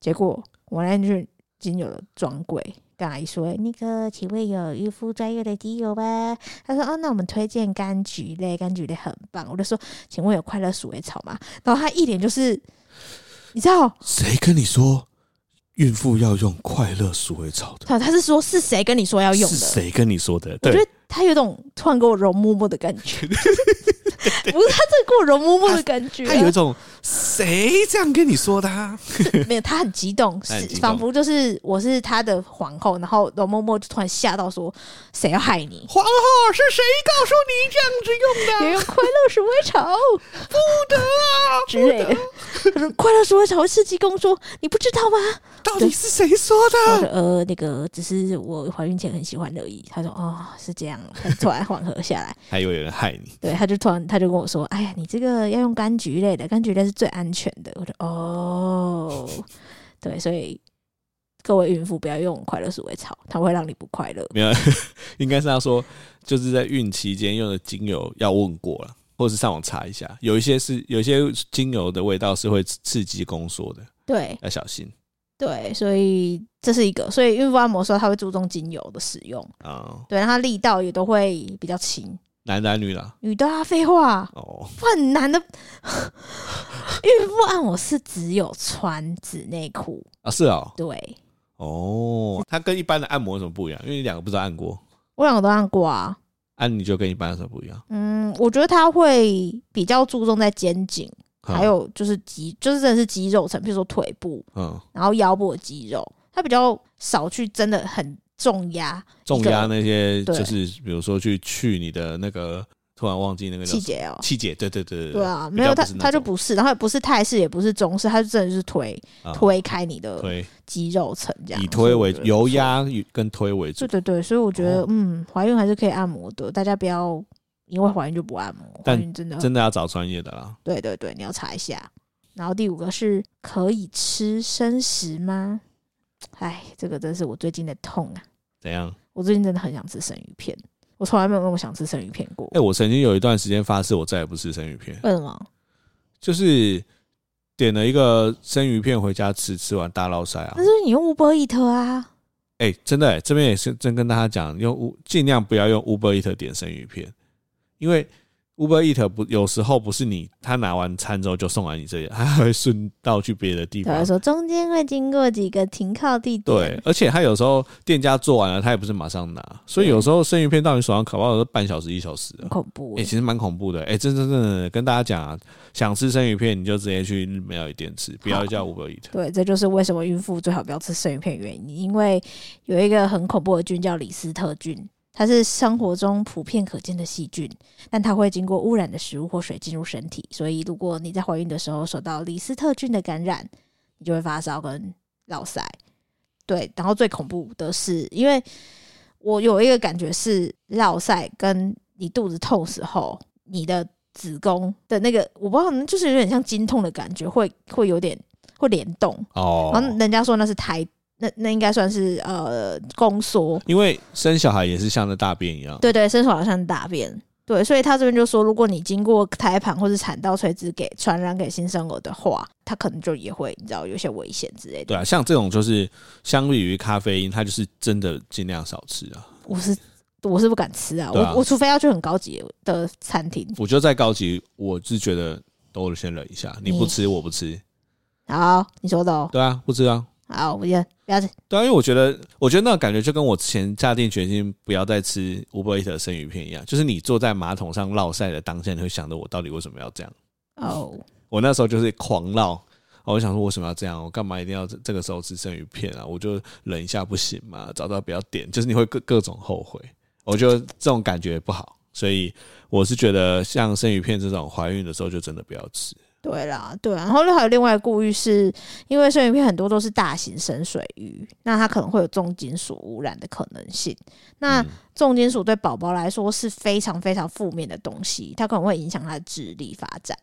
B: 结果我那天去精油的专柜。跟阿姨说：“那个，请问有孕妇专用的精油吗？”她说：“哦，那我们推荐柑橘类，柑橘类很棒。”我就说：“请问有快乐鼠尾草吗？”然后她一脸就是，你知道，
A: 谁跟你说孕妇要用快乐鼠尾草的？
B: 他他是说是谁跟你说要用
A: 是
B: 的？
A: 谁跟你说的？
B: 我觉
A: 对
B: 得，他有种突然给我揉摸摸的感觉， 不是他真的给我揉摸摸的感觉，
A: 他有一种谁这样跟你说的啊、
B: 没有他很激动，
A: 他很
B: 是
A: 激动？
B: 仿佛就是我是他的皇后，然后揉摸摸就突然吓到说谁要害你
A: 皇后是谁告诉你这样子用的？
B: 也用快乐鼠尾草
A: 啊不得啊！
B: 之类的，他说快乐鼠尾草会刺激宫缩，你不知道吗？
A: 到底是谁说
B: 我
A: 的？
B: 说呃，那个只是我怀孕前很喜欢而已。他说哦，是这样，他突然缓和下来。
A: 还以为有人害你，
B: 对，他就突然他就跟我说：“哎呀，你这个要用柑橘类的，柑橘类是最安全的。”我就哦，对，所以各位孕妇不要用快乐鼠尾草，它会让你不快乐。
A: 没有？应该是他说，就是在孕期间用的精油要问过了，或是上网查一下，有一些是有一些精油的味道是会刺激宫缩的，
B: 对
A: 要小心
B: 对，所以这是一个，所以孕妇按摩的时候，它会注重精油的使用，
A: 啊、
B: 对，然后它力道也都会比较轻。
A: 男男女啦，
B: 女的啊，废话，
A: 哦，
B: 不很难的。 孕妇按摩是只有穿纸内裤，
A: 啊是哦，
B: 对
A: 哦，它跟一般的按摩有什么不一样？因为你两个不知道按过，
B: 我两个都按过啊。
A: 按你就跟一般有什么不一样？
B: 嗯，我觉得它会比较注重在肩颈。
A: 嗯
B: 还，有就是肌，就是真的是肌肉层，比如说腿部，
A: 嗯，
B: 然后腰部的肌肉，它比较少去真的很重压
A: 重压那些
B: 对
A: 就是比如说去去你的那个，突然忘记那个叫什
B: 气
A: 么
B: 节哦。
A: 气节，对对对对
B: 对啊，
A: 比
B: 没
A: 较
B: 有
A: 不
B: 它
A: 是那种
B: 它就不是，然后也不是泰式，也不是中式，它就真的是推
A: 啊
B: 推开你的
A: 推，
B: 肌肉层这样。
A: 以推为
B: 所以
A: 油
B: 我觉得
A: 压与跟推为
B: 不错。
A: 主，
B: 对对对，所以我觉得
A: 哦
B: 嗯，怀孕还是可以按摩的，大家不要因为怀孕就不按摩，怀
A: 但
B: 孕真的
A: 真的要找专业的啦。
B: 对对对，你要查一下。然后第五个是可以吃生食吗？哎，这个真是我最近的痛啊！
A: 怎样？
B: 我最近真的很想吃生鱼片，我从来没有那么想吃生鱼片过。
A: 哎、我曾经有一段时间发誓，我再也不吃生鱼片，
B: 为什么？
A: 就是点了一个生鱼片回家吃，吃完大捞塞啊
B: 但。是你用 Uber Eat 啊，
A: 哎、真的、欸，这边也是真跟大家讲，用 U 尽量不要用 Uber Eat 点生鱼片，因为 Uber Eat 不有时候不是你他拿完餐之后就送来你这里，他还会顺道去别的地
B: 他
A: 方
B: 会。说中间会经过几个停靠地点。
A: 对，而且他有时候店家做完了，他也不是马上拿，所以有时候生鱼片到你手上，可不好是半小时一小时的
B: 很。恐怖
A: 哎、
B: 欸、
A: 其实蛮恐怖的。哎、真真正正的跟大家讲啊，想吃生鱼片你就直接去日本料理店吃，不要叫 Uber Eat。
B: 对，这就是为什么孕妇最好不要吃生鱼片的原因，因为有一个很恐怖的菌叫李斯特菌，它是生活中普遍可见的细菌，但它会经过污染的食物或水进入身体，所以如果你在怀孕的时候受到李斯特菌的感染，你就会发烧跟落腮。对，然后最恐怖的是，因为我有一个感觉是落腮跟你肚子痛时候，你的子宫的那个，我不知道，就是有点像经痛的感觉，会会有点会联动。然后
A: 哦，
B: 人家说那是胎，那那应该算是呃宫缩，
A: 因为生小孩也是像那大便一样。
B: 对对，伸手好像大便。对，所以他这边就说，如果你经过胎盘或是产道垂直给传染给新生儿的话，他可能就也会你知道有些危险之类的。
A: 对啊，像这种就是相比于咖啡因，它就是真的尽量少吃啊。
B: 我是我是不敢吃啊，
A: 对啊
B: 我我除非要去很高级的餐厅
A: 我觉得再高级，我是觉得都先忍一下，你不吃我不吃，
B: 好，你说的哦。
A: 对啊，不吃啊，
B: 好，我先不要紧。
A: 对啊，因为我觉得，我觉得那个感觉就跟我之前下定决心不要再吃 Uber Eat 的生鱼片一样，就是你坐在马桶上落晒的当下，你会想着我到底为什么要这样？
B: 哦，
A: 我那时候就是狂落，我就想说我为什么要这样？我干嘛一定要这这个时候吃生鱼片啊？我就忍一下不行嘛，早知道不要点，就是你会各各种后悔。我觉得这种感觉不好，所以我是觉得像生鱼片这种怀孕的时候就真的不要吃。
B: 对啦，对啊然后另还有另外一个顾虑是，因为生鱼片很多都是大型深水鱼，那它可能会有重金属污染的可能性。那
A: 嗯
B: 重金属对宝宝来说是非常非常负面的东西，它可能会影响他的智力发展。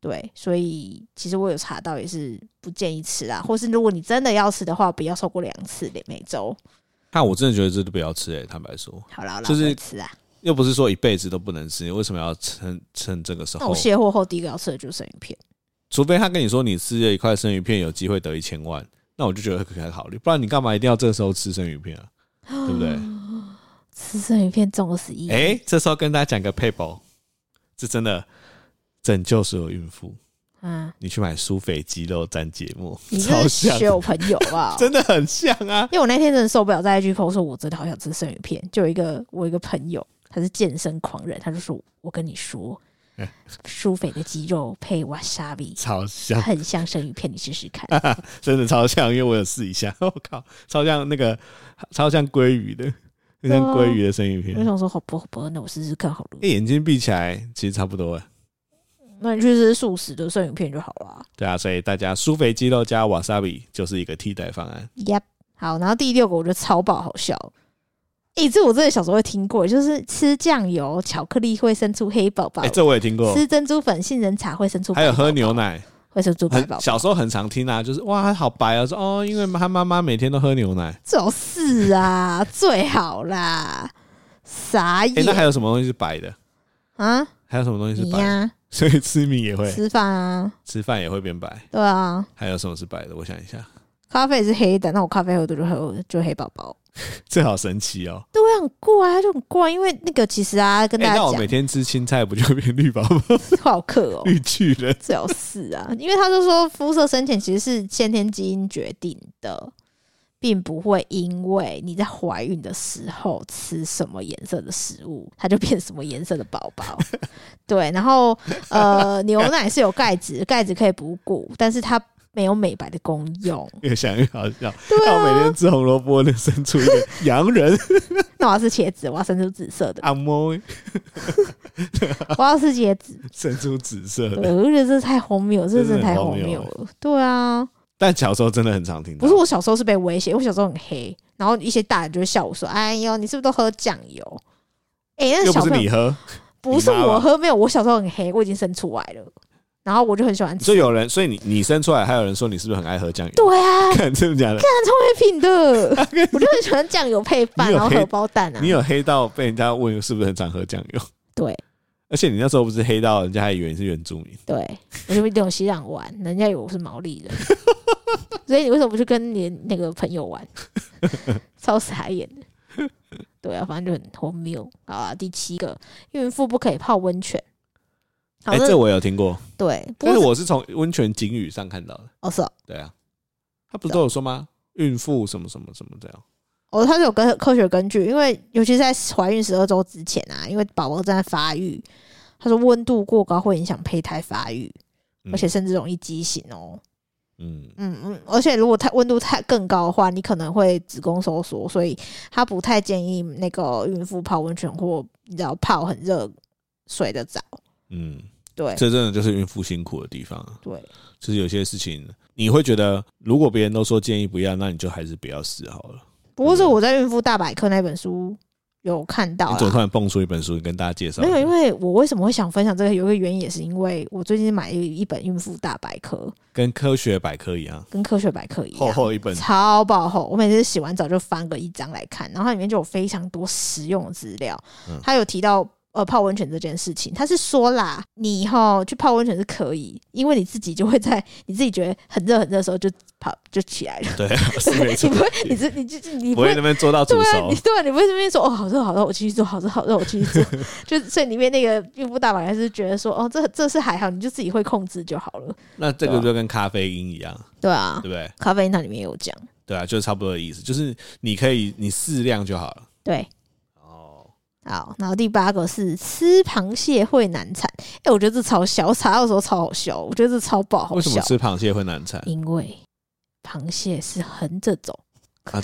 B: 对，所以其实我有查到，也是不建议吃啦。或是如果你真的要吃的话，不要超过两次每周。
A: 那我真的觉得这都不要吃诶、欸坦白说，
B: 好啦，
A: 就是
B: 老婆吃啊。
A: 又不是说一辈子都不能吃，为什么要趁趁这个时
B: 那我
A: 候？
B: 卸货后第一个要吃的就是生鱼片。
A: 除非他跟你说你吃了一块生鱼片有机会得一千万，那我就觉得可以考虑，不然你干嘛一定要这时候吃生鱼片啊？对不对？
B: 吃生鱼片中了十一，
A: 哎、这时候跟大家讲个配宝，这真的拯救所有孕妇。
B: 嗯，
A: 你去买苏肥鸡肉蘸芥末
B: 你，真
A: 超
B: 是
A: 像，！
B: 学我朋友啊
A: 真的很像啊！
B: 因为我那天真的受不了，在 IG p 说，我真的好想吃生鱼片。就有一个我有一个朋友，他是健身狂人，他就说：“我跟你说，苏菲的鸡肉配 wasabi
A: 哎超 哎像，
B: 很像生鱼片，你试试看。
A: 真的超像，因为我有试一下， 我靠，超像那个，超像鲑鱼的，
B: 哦
A: 很像鲑鱼的生鱼”片
B: 我。想说：“好不好不，那我试试看好了
A: 哎、。眼睛闭起来，其实差不多。”
B: 那你去吃素食的生鱼片就好了。
A: 对啊，所以大家苏肥鸡肉加 wasabi 就是一个替代方案。
B: Yep，好，然后第六个我觉得超爆好笑。诶、这我真的小时候会听过，就是吃酱油巧克力会生出黑宝宝，
A: 哎、这我也听过，
B: 吃珍珠粉杏仁茶会生出白
A: 还有喝
B: 宝宝
A: 牛奶，
B: 会生出白
A: 很
B: 宝宝，
A: 小时候很常听啊，就是哇，他好白啊，说哦，因为他妈妈每天都喝牛奶。
B: 就是啊，最好啦，傻
A: 哎、那还
B: 眼、
A: 有什么东西是白的？
B: 啊！
A: 还有什么东西是
B: 你
A: 白的？
B: 呀、
A: 所以吃米也会，
B: 吃饭啊，
A: 吃饭也会变白。
B: 对啊，
A: 还有什么是白的？我想一下，
B: 咖啡也是黑的，那我咖啡喝多就黑就黑宝宝，
A: 这好神奇哦！
B: 对，很怪啊，就很怪，因为那个其实啊，跟
A: 哎、
B: 大家
A: 那我
B: 讲
A: 每，天吃青菜不就变绿宝 宝、
B: 好克哦，
A: 绿巨人？
B: 最好是啊， 因为他就说肤色深浅其实是先天基因决定的，并不会因为你在怀孕的时候吃什么颜色的食物，它就变什么颜色的宝宝。 对，然后呃，牛奶是有钙质，钙质可以补骨，但是它没有美白的功用。
A: 越想越好笑。
B: 对
A: 那我每
B: 啊
A: 天，吃红萝卜，能生出一个洋人
B: 那我要吃茄子，我要生出紫色 的，
A: 阿嬷
B: 我要吃茄子。
A: 生出紫色的。
B: 对我就觉得这太荒谬，这真的
A: 这是
B: 太
A: 很
B: 荒
A: 荒
B: 谬
A: 谬
B: 了。对啊，
A: 但小时候真的很常听到。
B: 不是我小时候是被威胁，我小时候很黑，然后一些大人就会笑我说：“哎呦，你是不是都喝酱油？”哎、那
A: 又不
B: 个小
A: 是
B: 朋
A: 你
B: 友
A: 喝，
B: 不是
A: 你妈吧
B: 我喝，没有，我小时候很黑，我已经生出来了，然后我就很喜欢
A: 所
B: 吃
A: 以。有人，所以你你生出来，还有人说你是不是很爱喝酱油？
B: 对啊，
A: 看真的假 的？
B: 但超没品的，我就很喜欢酱油配饭，
A: 你有
B: 然后
A: 黑
B: 荷包蛋啊
A: 你。有黑到被人家问是不是很常喝酱油？
B: 对
A: 而且你那时候不是黑到人家还以为你是原住民，
B: 对，我就一定有西藏玩，人家以为我是毛利人，所以你为什么不去跟你那个朋友玩？ 超傻眼的。对啊，反正就很荒谬。好啊，第七个，孕妇不可以泡温泉。好，
A: 哎、
B: 那
A: 这我有听过，
B: 对，不
A: 但
B: 过
A: 是
B: 是
A: 我是从温泉警语上看到的。
B: 哦是哦
A: 对啊，他不是都有说吗？孕妇什么什么什么这样，
B: 哦，它是有根科学根据，因为尤其是在怀孕十二周之前啊，因为宝宝正在发育，他说温度过高会影响胚胎发育，
A: 嗯
B: 而且甚至容易畸形哦。
A: 嗯，
B: 嗯嗯，而且如果太温度太更高的话，你可能会子宫收缩，所以他不太建议那个孕妇泡温泉或你知道泡很热水的澡。
A: 嗯，
B: 对
A: 这真的就是孕妇辛苦的地方啊，
B: 对
A: 就是有些事情你会觉得，如果别人都说建议不要，那你就还是不要试好了。
B: 不过是我在《孕妇大百科》那本书有看到
A: 你总突
B: 啦。
A: 然蹦出一本书，你跟大家介绍一
B: 啊没
A: 下，
B: 有，因为我为什么会想分享这个，有一个原因也是因为我最近买了一本《孕妇大百科》，
A: 跟科学百科一样，
B: 跟科学百科一样，
A: 厚厚一本，
B: 超爆厚。我每次洗完澡就翻个一张来看，然后它里面就有非常多实用的资料
A: 嗯。
B: 它有提到呃泡温泉这件事情，它是说啦，你以后去泡温泉是可以，因为你自己就会在你自己觉得很热很热的时候就跑就起来了。
A: 对啊， 是没
B: 你
A: 错
B: 不，会，你这你就 你
A: 不
B: 不
A: 会
B: 会
A: 那边做到煮
B: 对啊，
A: 熟
B: 你，对啊，你不会这边说哦，好热好热，我继续做，好热好热，我继续做。就所以里面那个孕妇大法还是觉得说，哦，这这是还好，你就自己会控制就好了。
A: 那这
B: 啊
A: 个就跟咖啡因一样，
B: 对啊
A: 对，不对？
B: 咖啡因它里面有讲，
A: 对啊，就是差不多的意思，就是你可以你适量就好了。
B: 对，
A: 哦，
B: 好，然后第八个是吃螃蟹会难产。哎、我觉得这超小，我查的时候超好笑，我觉得这超爆好
A: 为什么
B: 笑。
A: 吃螃蟹会难产？
B: 因为螃蟹是横着走，
A: 啊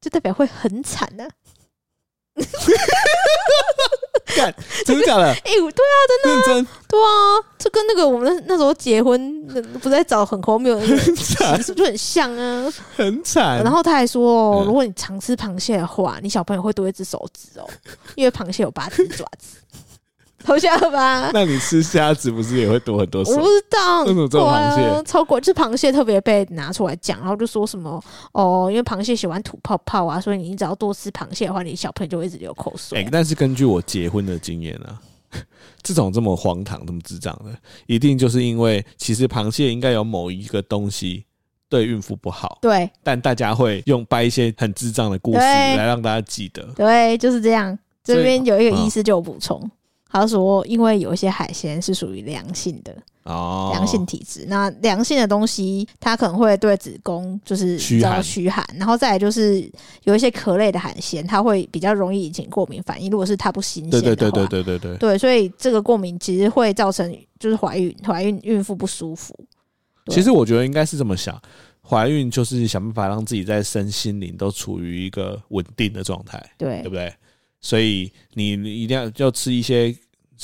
B: 就代表会很惨呐、啊。
A: 真的假 的？
B: 哎、我对啊，
A: 认真？
B: 对啊，这跟那个我们那那时候结婚，那不是在找很荒谬的那个
A: 惨
B: 习俗就很像啊。
A: 很惨。
B: 然后他还说、哦
A: 嗯，
B: 如果你常吃螃蟹的话，你小朋友会多一只手指哦，因为螃蟹有八只爪子， 好笑吧？
A: 那你吃虾子不是也会多很多手
B: 我？不知道，
A: 为什么只有
B: 对
A: 螃蟹
B: 啊、超过，就是螃蟹特别被拿出来讲，然后就说什么哦，因为螃蟹喜欢吐泡泡啊，所以你只要多吃螃蟹的话，你小朋友就会一直流口水
A: 哎、
B: 啊、
A: 但是根据我结婚的经验啊， 这种这么荒唐、这么智障的，一定就是因为其实螃蟹应该有某一个东西对孕妇不好，
B: 对
A: 但大家会用掰一些很智障的故事
B: 对
A: 来让大家记得。
B: 对，就是这样。
A: 所以
B: 这边有一个
A: 嗯
B: 医师就有补充，他说因为有一些海鲜是属于良性的，
A: 哦，
B: 良性体质。那良性的东西，它可能会对子宫就是
A: 虚寒
B: 遭虚寒，然后再来就是有一些壳类的海鲜，它会比较容易引起过敏反应。如果是它不新鲜的
A: 对
B: 话，
A: 对对对对对对，
B: 对，所以这个过敏其实会造成就是怀孕怀孕孕妇不舒服。对
A: 其实我觉得应该是这么想，怀孕就是想办法让自己在身心灵都处于一个稳定的状态，
B: 对
A: 对不对？所以你一定要要吃一些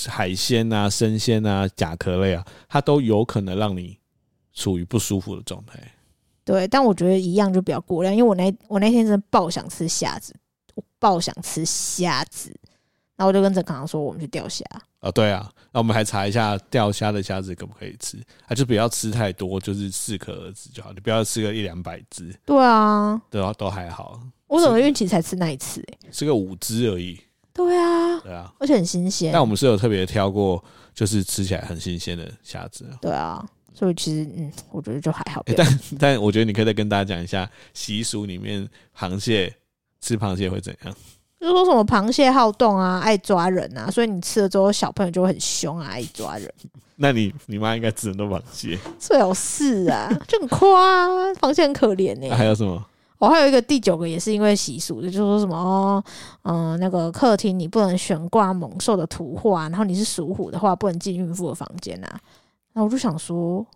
A: 海鲜啊、生鲜啊、甲壳类啊，它都有可能让你处于不舒服的状态。
B: 对，但我觉得一样就不要过量，因为我那我那天真的爆想吃虾子，我爆想吃虾子，然后我就跟陈康康说我们去钓虾。
A: 啊、对啊，那我们还查一下钓虾的虾子可不可以吃，啊，就不要吃太多，就是适可而止就好，你不要吃个一两百只，
B: 对啊，
A: 对啊，都还好，
B: 我怎么孕期才吃那一次、欸？
A: 吃个五只而已，
B: 对啊，
A: 对啊。
B: 而且很新鲜
A: 但。我们是有特别挑过，就是吃起来很新鲜的虾子。
B: 对啊，所以其实嗯，我觉得就还好。不
A: 诶
B: 要
A: 欸但 但我觉得你可以再跟大家讲一下习俗里面螃蟹吃螃蟹会怎样。
B: 就是说什么螃蟹好动啊，爱抓人啊，所以你吃了之后小朋友就会很凶啊，爱抓人。
A: 那你你妈应该吃很多螃蟹，
B: 最好是啊， 就很夸、啊，螃蟹很可怜呢、
A: 那啊还有什么？
B: 我、还有一个第九个也是因为习俗的，就是说什么哦，嗯、那个客厅你不能悬挂猛兽的图画，然后你是属虎的话，不能进孕妇的房间啊。然后我就想说，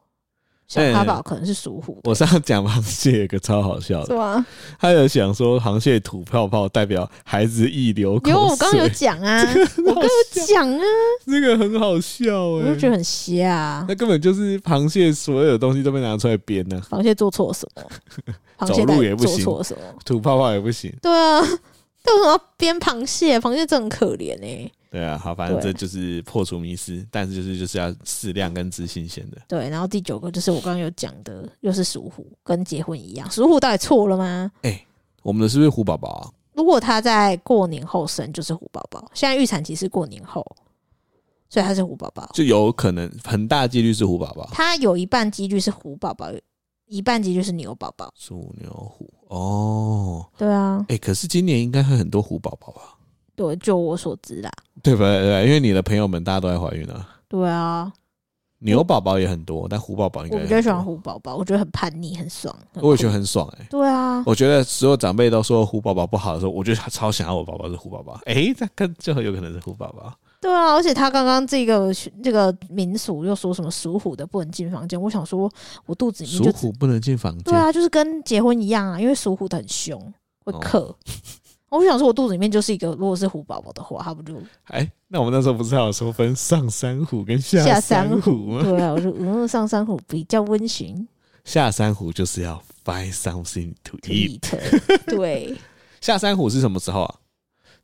B: 小
A: 哎
B: 咖宝可能是属虎的，
A: 我上次讲螃蟹有个超好笑
B: 是
A: 的，
B: 吗？
A: 他有想说螃蟹吐泡泡代表孩子一流口
B: 因为我刚刚有
A: 水，
B: 讲啊，我刚刚有讲啊，
A: 这个很好笑
B: 我
A: 哎、
B: 就觉得很邪啊，
A: 那根本就是螃蟹所有东西都被拿出来编呢、
B: 螃蟹做错了什么？螃
A: 走
B: 蟹
A: 路
B: 到底
A: 也不
B: 做
A: 行
B: 错了什么？
A: 吐泡泡也不行，
B: 对啊， 为什么要编螃蟹？螃蟹真的很可怜哎、
A: 对啊，好，反正
B: 对
A: 这就是破除迷思，但是就是就是要适量跟吃新鲜的。
B: 对，然后第九个就是我刚刚有讲的，又是属虎，跟结婚一样，属虎到底错了吗？
A: 我们的是不是虎宝宝啊？
B: 如果他在过年后生，就是虎宝宝。现在预产期是过年后，所以他是虎宝宝。
A: 就有可能很大几率是虎宝宝，
B: 他有一半几率是虎宝宝，一半几率是牛宝宝。
A: 鼠牛虎哦。
B: 对啊，
A: 哎、可是今年应该会很多虎宝宝吧？
B: 对，就我所知啦。
A: 对吧？对吧，因为你的朋友们大家都在怀孕啊，
B: 对啊，
A: 牛宝宝也很多，但虎宝宝应该
B: 我
A: 也
B: 比
A: 很
B: 较
A: 多
B: 喜欢，虎宝宝，我觉得很叛逆，很爽。很
A: 我也觉得
B: 酷
A: 很爽哎、
B: 对啊，
A: 我觉得所有长辈都说虎宝宝不好的时候，我就超想要我宝宝是虎宝宝。哎、这跟就很有可能是虎宝宝。
B: 对啊，而且他刚刚这个这个民俗又说什么属虎的不能进房间，我想说，我肚子里面
A: 属
B: 就只
A: 虎不能进房间
B: 对，啊，就是跟结婚一样啊，因为属虎的很凶，会
A: 哦
B: 克。 我就想说，我肚子里面就是一个，如果是虎宝宝的话，他不 就
A: 哎、那我们那时候不是还有说分上山虎跟
B: 下
A: 下
B: 山
A: 山虎吗？
B: 对啊，我就嗯，上山虎比较温驯
A: 下山虎就是要 find something to
B: ，to
A: eat。
B: eat 对
A: 下山虎是什么时候啊？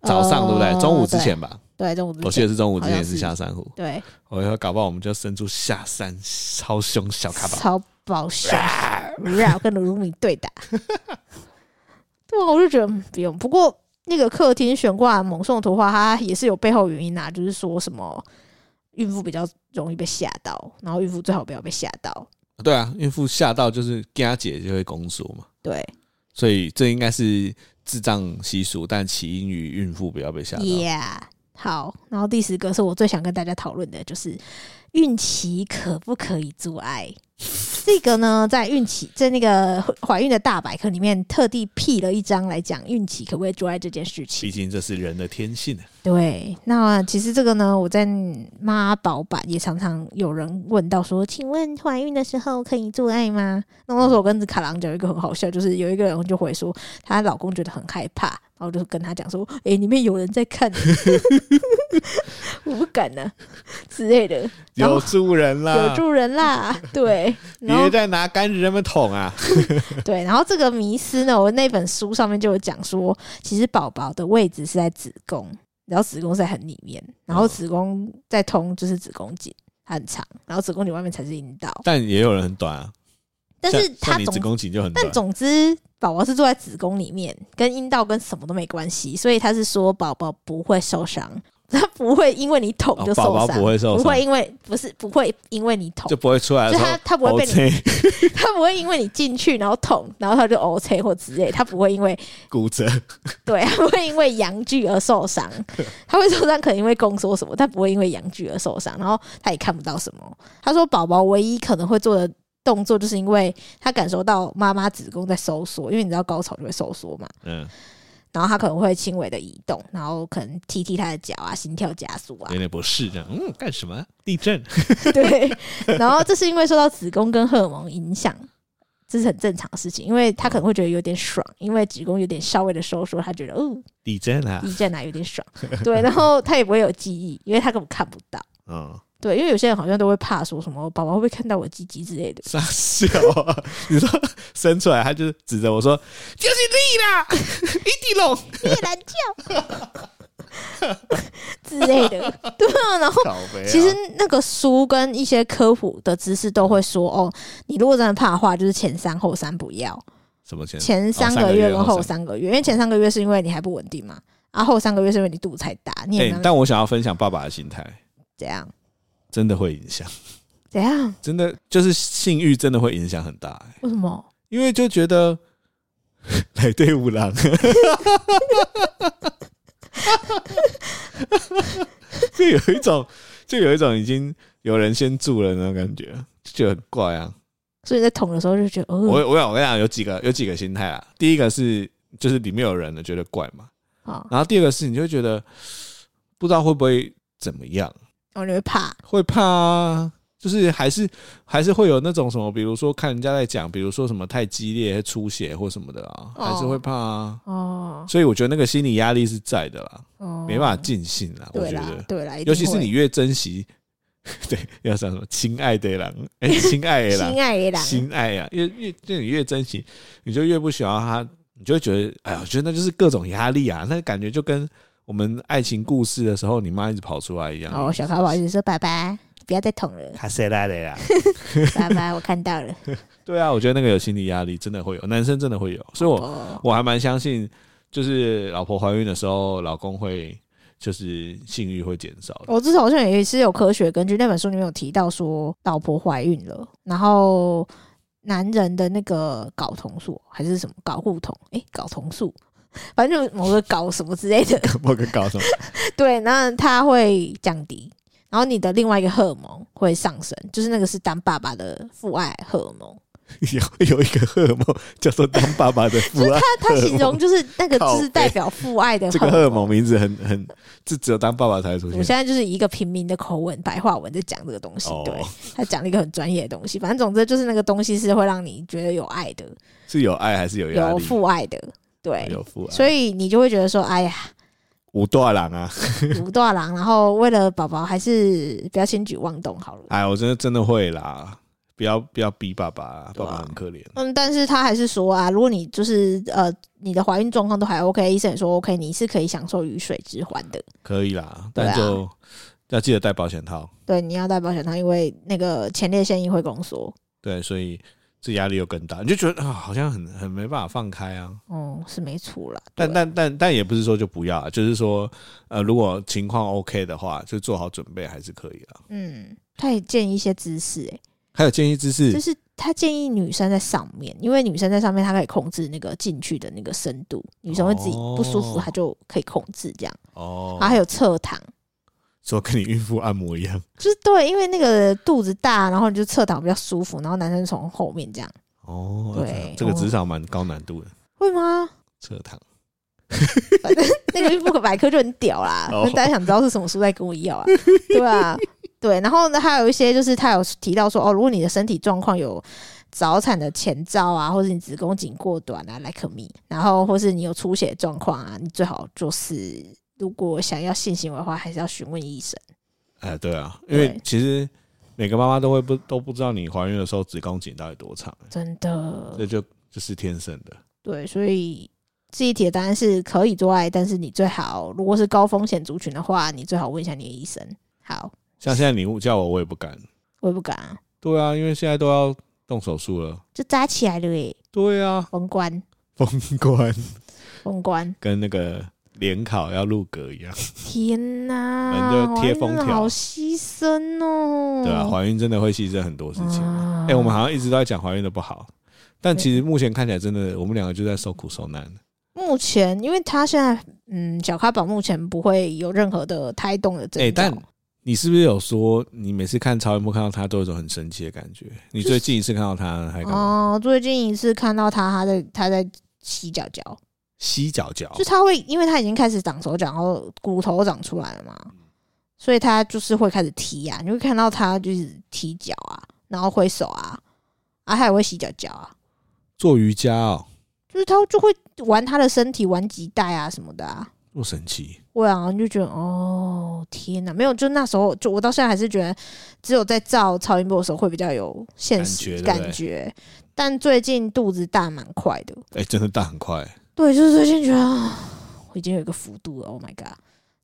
A: 早上、对不对？中午之前吧，
B: 哦对，中午之
A: 我记得
B: 前
A: 是中午之
B: 好
A: 前
B: 像
A: 是下山虎。
B: 对
A: 我要搞不好我们就生出下山超凶小卡宝。
B: 超爆 笑，然后跟卢米对打， 对啊，我就觉得嗯不用。不过那个客厅悬挂猛兽图画，它也是有背后原因啊，就是说什么孕妇比较容易被吓到，然后孕妇最好不要被吓到，
A: 对啊，孕妇吓到就是跟她姐就会宫缩嘛，
B: 对。
A: 所以这应该是智障习俗，但起因于孕妇不要被吓到。
B: Yeah，好，然后第十个是我最想跟大家讨论的，就是孕期可不可以做爱？这个呢，在孕期在那个怀孕的大百科里面特地辟了一章来讲孕期可不可以做爱这件事情
A: 毕。竟这是人的天性啊。
B: 对，那其实这个呢，我在妈宝版也常常有人问到说，请问怀孕的时候可以做爱吗？那那时候我跟卡郎讲一个很好笑，就是有一个人就回说，她老公觉得很害怕，然后我就跟他讲说，诶、里面有人在看你，我不敢呢、啊之类的，然后
A: 有助人
B: 有
A: 啦，
B: 助人啦，对，然后
A: 别再拿干人们捅啊！
B: 对，然后这个迷思呢，我那本书上面就有讲说，其实宝宝的位置是在子宫，然后子宫是在很里面，然后
A: 嗯
B: 子宫再通就是子宫颈，它很长，然后子宫颈外面才是阴道。
A: 但也有人很短啊，
B: 但是
A: 像
B: 它
A: 像你子
B: 总，
A: 宫颈就很短
B: 但。总之，宝宝是坐在子宫里面，跟阴道跟什么都没关系，所以他是说宝宝不会受伤， 他不会因为你捅
A: 哦
B: 就
A: 宝
B: 受
A: 宝
B: 伤，
A: 不会受伤，
B: 不会因为不是不会因为你捅
A: 就。不会出来
B: 就
A: 的时
B: 他
A: 候，
B: 他不会被你，
A: 你
B: 他不会因为你进去然后捅，然后他就 O C 或之类，他不会因为
A: 骨折。
B: 对，他会因为阳具而受伤，他会受伤，可能因为宫缩什么，但不会因为阳具而受伤。然后他也看不到什么。他说，宝宝唯一可能会做的动作，就是因为他感受到妈妈子宫在收缩，因为你知道高潮就会收缩嘛。
A: 嗯，
B: 然后他可能会轻微的移动，然后可能踢踢他的脚啊，心跳加速啊
A: 有，点不适这样。嗯，干什么？地震？
B: 对。然后这是因为受到子宫跟荷尔蒙影响。这是很正常的事情，因为他可能会觉得有点爽，因为子宫有点稍微的收缩，他觉得哦，
A: 地震啊！
B: 地震啊，有点爽。对，然后他也不会有记忆，因为他根本看不到。
A: 嗯，
B: 对，因为有些人好像都会怕说什么宝宝会不会看到我鸡鸡之 类的。
A: 傻笑啊！ 你说生出来，他就是指着我说：“就是你啦， 一地龙。
B: 夜兰叫之类的， 对啊。然后”
A: 搞呗。
B: 其实那个书跟一些科普的知识都会说哦，你如果真的怕的话，就是前三后三不要，
A: 什么钱？
B: 前三
A: 哦三
B: 个
A: 个月
B: 月跟
A: 后
B: 后三个月，因为前三个月是因为你还不稳定嘛，啊后三个月是因为你肚子太大，你也
A: 哎
B: 没，有
A: 但我想要分享爸爸的心态，
B: 怎样
A: 真的会影响，
B: 怎样？
A: 真的就是性欲真的会影响很大、哎
B: 为什么？
A: 因为就觉得 来对五郎，就有一种，就有一种已经有人先住了那种感觉，就觉得很怪啊。
B: 所以在捅的时候就觉得
A: 我
B: 哦，
A: 我想我跟你讲，有几个有几个心态啊。第一个是就是里面有人了，觉得怪嘛。
B: 好，
A: 然后第二个是你就会觉得不知道会不会怎么样，
B: 然后你会怕，
A: 会怕啊。就是还是还是会有那种什么，比如说看人家在讲，比如说什么太激烈、出血或什么的啊，还是会怕啊。
B: 哦，
A: 所以我觉得那个心理压力是在的啦，
B: 哦
A: 没办法尽兴啦。我
B: 对
A: 觉
B: 啦
A: 得，，
B: 对啦，一定
A: 尤其是
B: 会
A: 你越珍惜， 对，要讲什么亲爱的狼， 哎、亲爱的狼，啊
B: 心爱的人，
A: 心爱呀、越越就你越珍惜，你就越不喜欢他你就会觉得，哎呀，我觉得那就是各种压力啊，那感觉就跟我们爱情故事的时候，你妈一直跑出来一样。
B: 哦，小咖宝一直说：“爸爸，不要再 捅了，
A: 卡塞拉的呀，
B: 爸爸，我看到了。
A: 对啊，我觉得那个有心理压力，真的会有，男生真的会有，所以我
B: 哦
A: 我还蛮相信，就是老婆怀孕的时候，老公会就是性欲会减少”的。
B: 我至少好像也是有科学根据，那本书里面有提到说，老婆怀孕了，然后男人的那个睾酮素还是什么睾固酮，诶，睾酮素， 反正就某个睾什么之 类的，
A: 我跟搞什么？
B: 对，那它会降低，然后你的另外一个荷尔蒙会上升，就是那个是当爸爸的父爱荷尔蒙。
A: 有有一个荷尔蒙叫做当爸爸的 父爱，
B: 它它形容就是那个
A: 靠
B: 字
A: 北
B: 代表父爱的
A: 这个荷尔蒙。名字很很，这只有当爸爸才会出
B: 我
A: 现
B: 现。在就是以一个平民的口吻、白话文在讲这个东西，
A: 哦
B: 对他讲了一个很专业的东西。反正总之就是那个东西是会让你觉得有爱的，
A: 是有爱还是有压
B: 有
A: 力？
B: 父爱的，对，
A: 有父爱，
B: 所以你就会觉得说，哎 呀，
A: 五大郎啊！
B: 武大郎，然后为了宝宝还是不要轻举妄动好了。
A: 哎，我真的真的会啦，不要不要逼爸爸啦，
B: 对
A: 爸
B: 啊
A: 爸很可怜。
B: 嗯，但是他还是说啊，如果你就是呃你的怀孕状况都还 OK，医生也说 OK，你是可以享受雨水之欢的。
A: 可以啦，
B: 对啊
A: 但就要记得带保险套。
B: 对，你要戴保险套，因为那个前列腺液会宫缩。
A: 对，所以这压力又更大，你就觉得啊，好像很很没办法放开啊。
B: 哦、是没错啦。
A: 但
B: 对啊
A: 但但但也不是说就不要啊，就是说，呃，如果情况 OK 的话，就做好准备还是可以啊。
B: 嗯，他也建议一些姿势、欸，
A: 还有建议姿势
B: 就，是他建议女生在上面，因为女生在上面，她可以控制那个进去的那个深度，女生会自己不舒服，
A: 哦
B: 她就可以控制这样。
A: 哦
B: 然，啊后还有侧躺，
A: 说跟你孕妇按摩一样
B: 就是对，因为那个肚子大，然后你就侧躺比较舒服，然后男生从后面这样，
A: 哦。
B: 对
A: 这个
B: 哦
A: 职场蛮高难度的，
B: 会吗？
A: 侧躺。
B: 反正 那个孕妇百科就很屌啦，
A: 哦
B: 那大家想知道是什么书再跟我要啊，对啊，对。然后呢，还有一些就是他有提到说，哦，如果你的身体状况有早产的前兆啊，或者你子宫颈过短啊，like me，然后或是你有出血状况啊，你最好就是如果想要性行为的话，还是要询问医生。
A: 哎，对啊，因为
B: 对
A: 其实每个妈妈都会不都不知道你怀孕的时候子宫颈到底多长、
B: 真的
A: 这，就就是天生的。
B: 对，所以。这一题的答案是可以做爱，但是你最好如果是高风险族群的话，你最好问一下你的医生。好，
A: 像现在你叫我，我也不敢。
B: 我也不敢、啊，
A: 对啊，因为现在都要动手术了。
B: 就扎起来了耶、
A: 对啊，
B: 封关，
A: 封关
B: 封关！
A: 跟那个联考要入阁一样。
B: 天
A: 反
B: 哪，
A: 正就贴封条
B: 哇真的好牺牲哦。
A: 对啊，怀孕真的会牺牲很多事情。哎、
B: 啊
A: 我们好像一直都在讲怀孕的不好，但其实目前看起来真的，我们两个就在受苦受难。
B: 目前，因为他现在，嗯，小咖宝目前不会有任何的胎动的征哦兆。
A: 哎但你是不是有说，你每次看超音波看到他都有一种很生气的感觉？你
B: 就是
A: 最近一次看到他还干嘛？
B: 哦，最近一次看到他，他在他在洗脚脚，
A: 哦吸脚脚，
B: 就他会，因为他已经开始长手脚，然后骨头长出来了嘛，
A: 嗯
B: 所以他就是会开始踢啊，你会看到他就是踢脚啊，然后挥手啊，啊，他也会洗脚脚啊。
A: 做瑜伽哦，
B: 就是他就会玩他的身体，玩脐带啊什么的啊。
A: 做神奇。
B: 会啊，你就觉得哦天哪，没有，就那时候就我到现在还是觉得，只有在照超音波的时候会比较有现实
A: 感觉对不对
B: 感觉。但最近肚子大蛮快的，
A: 哎、真的大很快，
B: 对，就是最近觉得啊我已经有一个幅度了，Oh my god，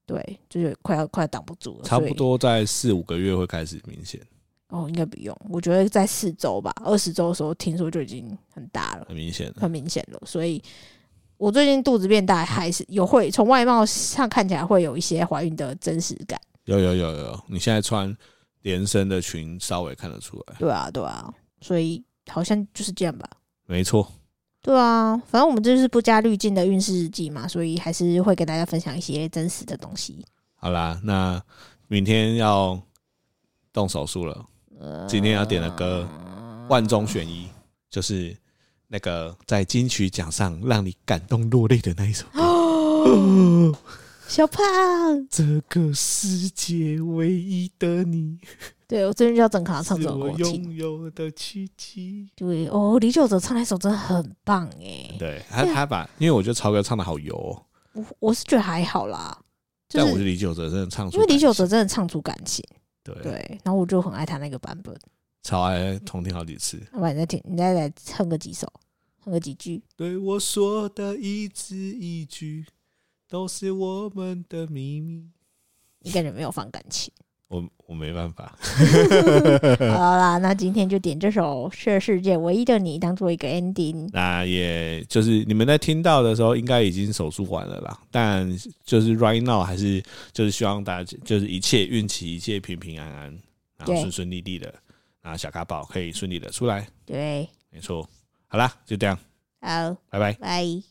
B: 对，就是快要快要挡不住了，
A: 差不
B: 所以
A: 多在四五个月会开始明显，
B: 哦，应该不用，我觉得在四周吧，二十周的时候听说就已经很大了。
A: 很明显的。
B: 很明显了，所以我最近肚子变大，还是有会从外貌上看起来会有一些怀孕的真实感。
A: 有有有有，你现在穿连身的裙，稍微看得出来。
B: 对啊，对啊，所以好像就是这样吧。
A: 没错，
B: 对啊，反正我们这是不加滤镜的运势日记嘛，所以还是会给大家分享一些真实的东 西。
A: 好啦，那明天要动手术了。
B: 呃
A: 今天要点的歌，万中选一，就是那个在金曲奖上让你感动落泪的那一首歌。
B: 哦，小胖，
A: 这个世界唯一的你，
B: 对我最近就要整卡唱
A: 是
B: 这首歌
A: 我
B: 我听。
A: 拥有的奇迹。
B: 对哦，李玖哲唱那首真的很棒哎，
A: 对他，他把，因为我觉得曹格唱的好油、哦，
B: 我我是觉得还好啦，就
A: 但我觉
B: 是
A: 得李玖哲真的唱出感
B: 因
A: 情，
B: 为李玖哲真的唱出感情。
A: 对
B: 对，然后我就很爱他那个版本。
A: 超爱重听好几次，
B: 要不然你再听，你再来哼个几首，哼唱个几句。
A: 对我说的一字一句，都是我们的秘密。
B: 一个人没有放感情。
A: 我我没办法，
B: 好啦，那今天就点这首《是世界唯一的你》当做一个 ending。
A: 那也就是你们在听到的时候，应该已经手术完了啦。但就是 right now 还是就是希望大家就是一切运气，一切平平安安，然后
B: 对
A: 顺顺利利的，然后小咖宝可以顺利的出来。
B: 对，
A: 没错，好啦，就这样，
B: 好，
A: 拜拜。
B: 拜。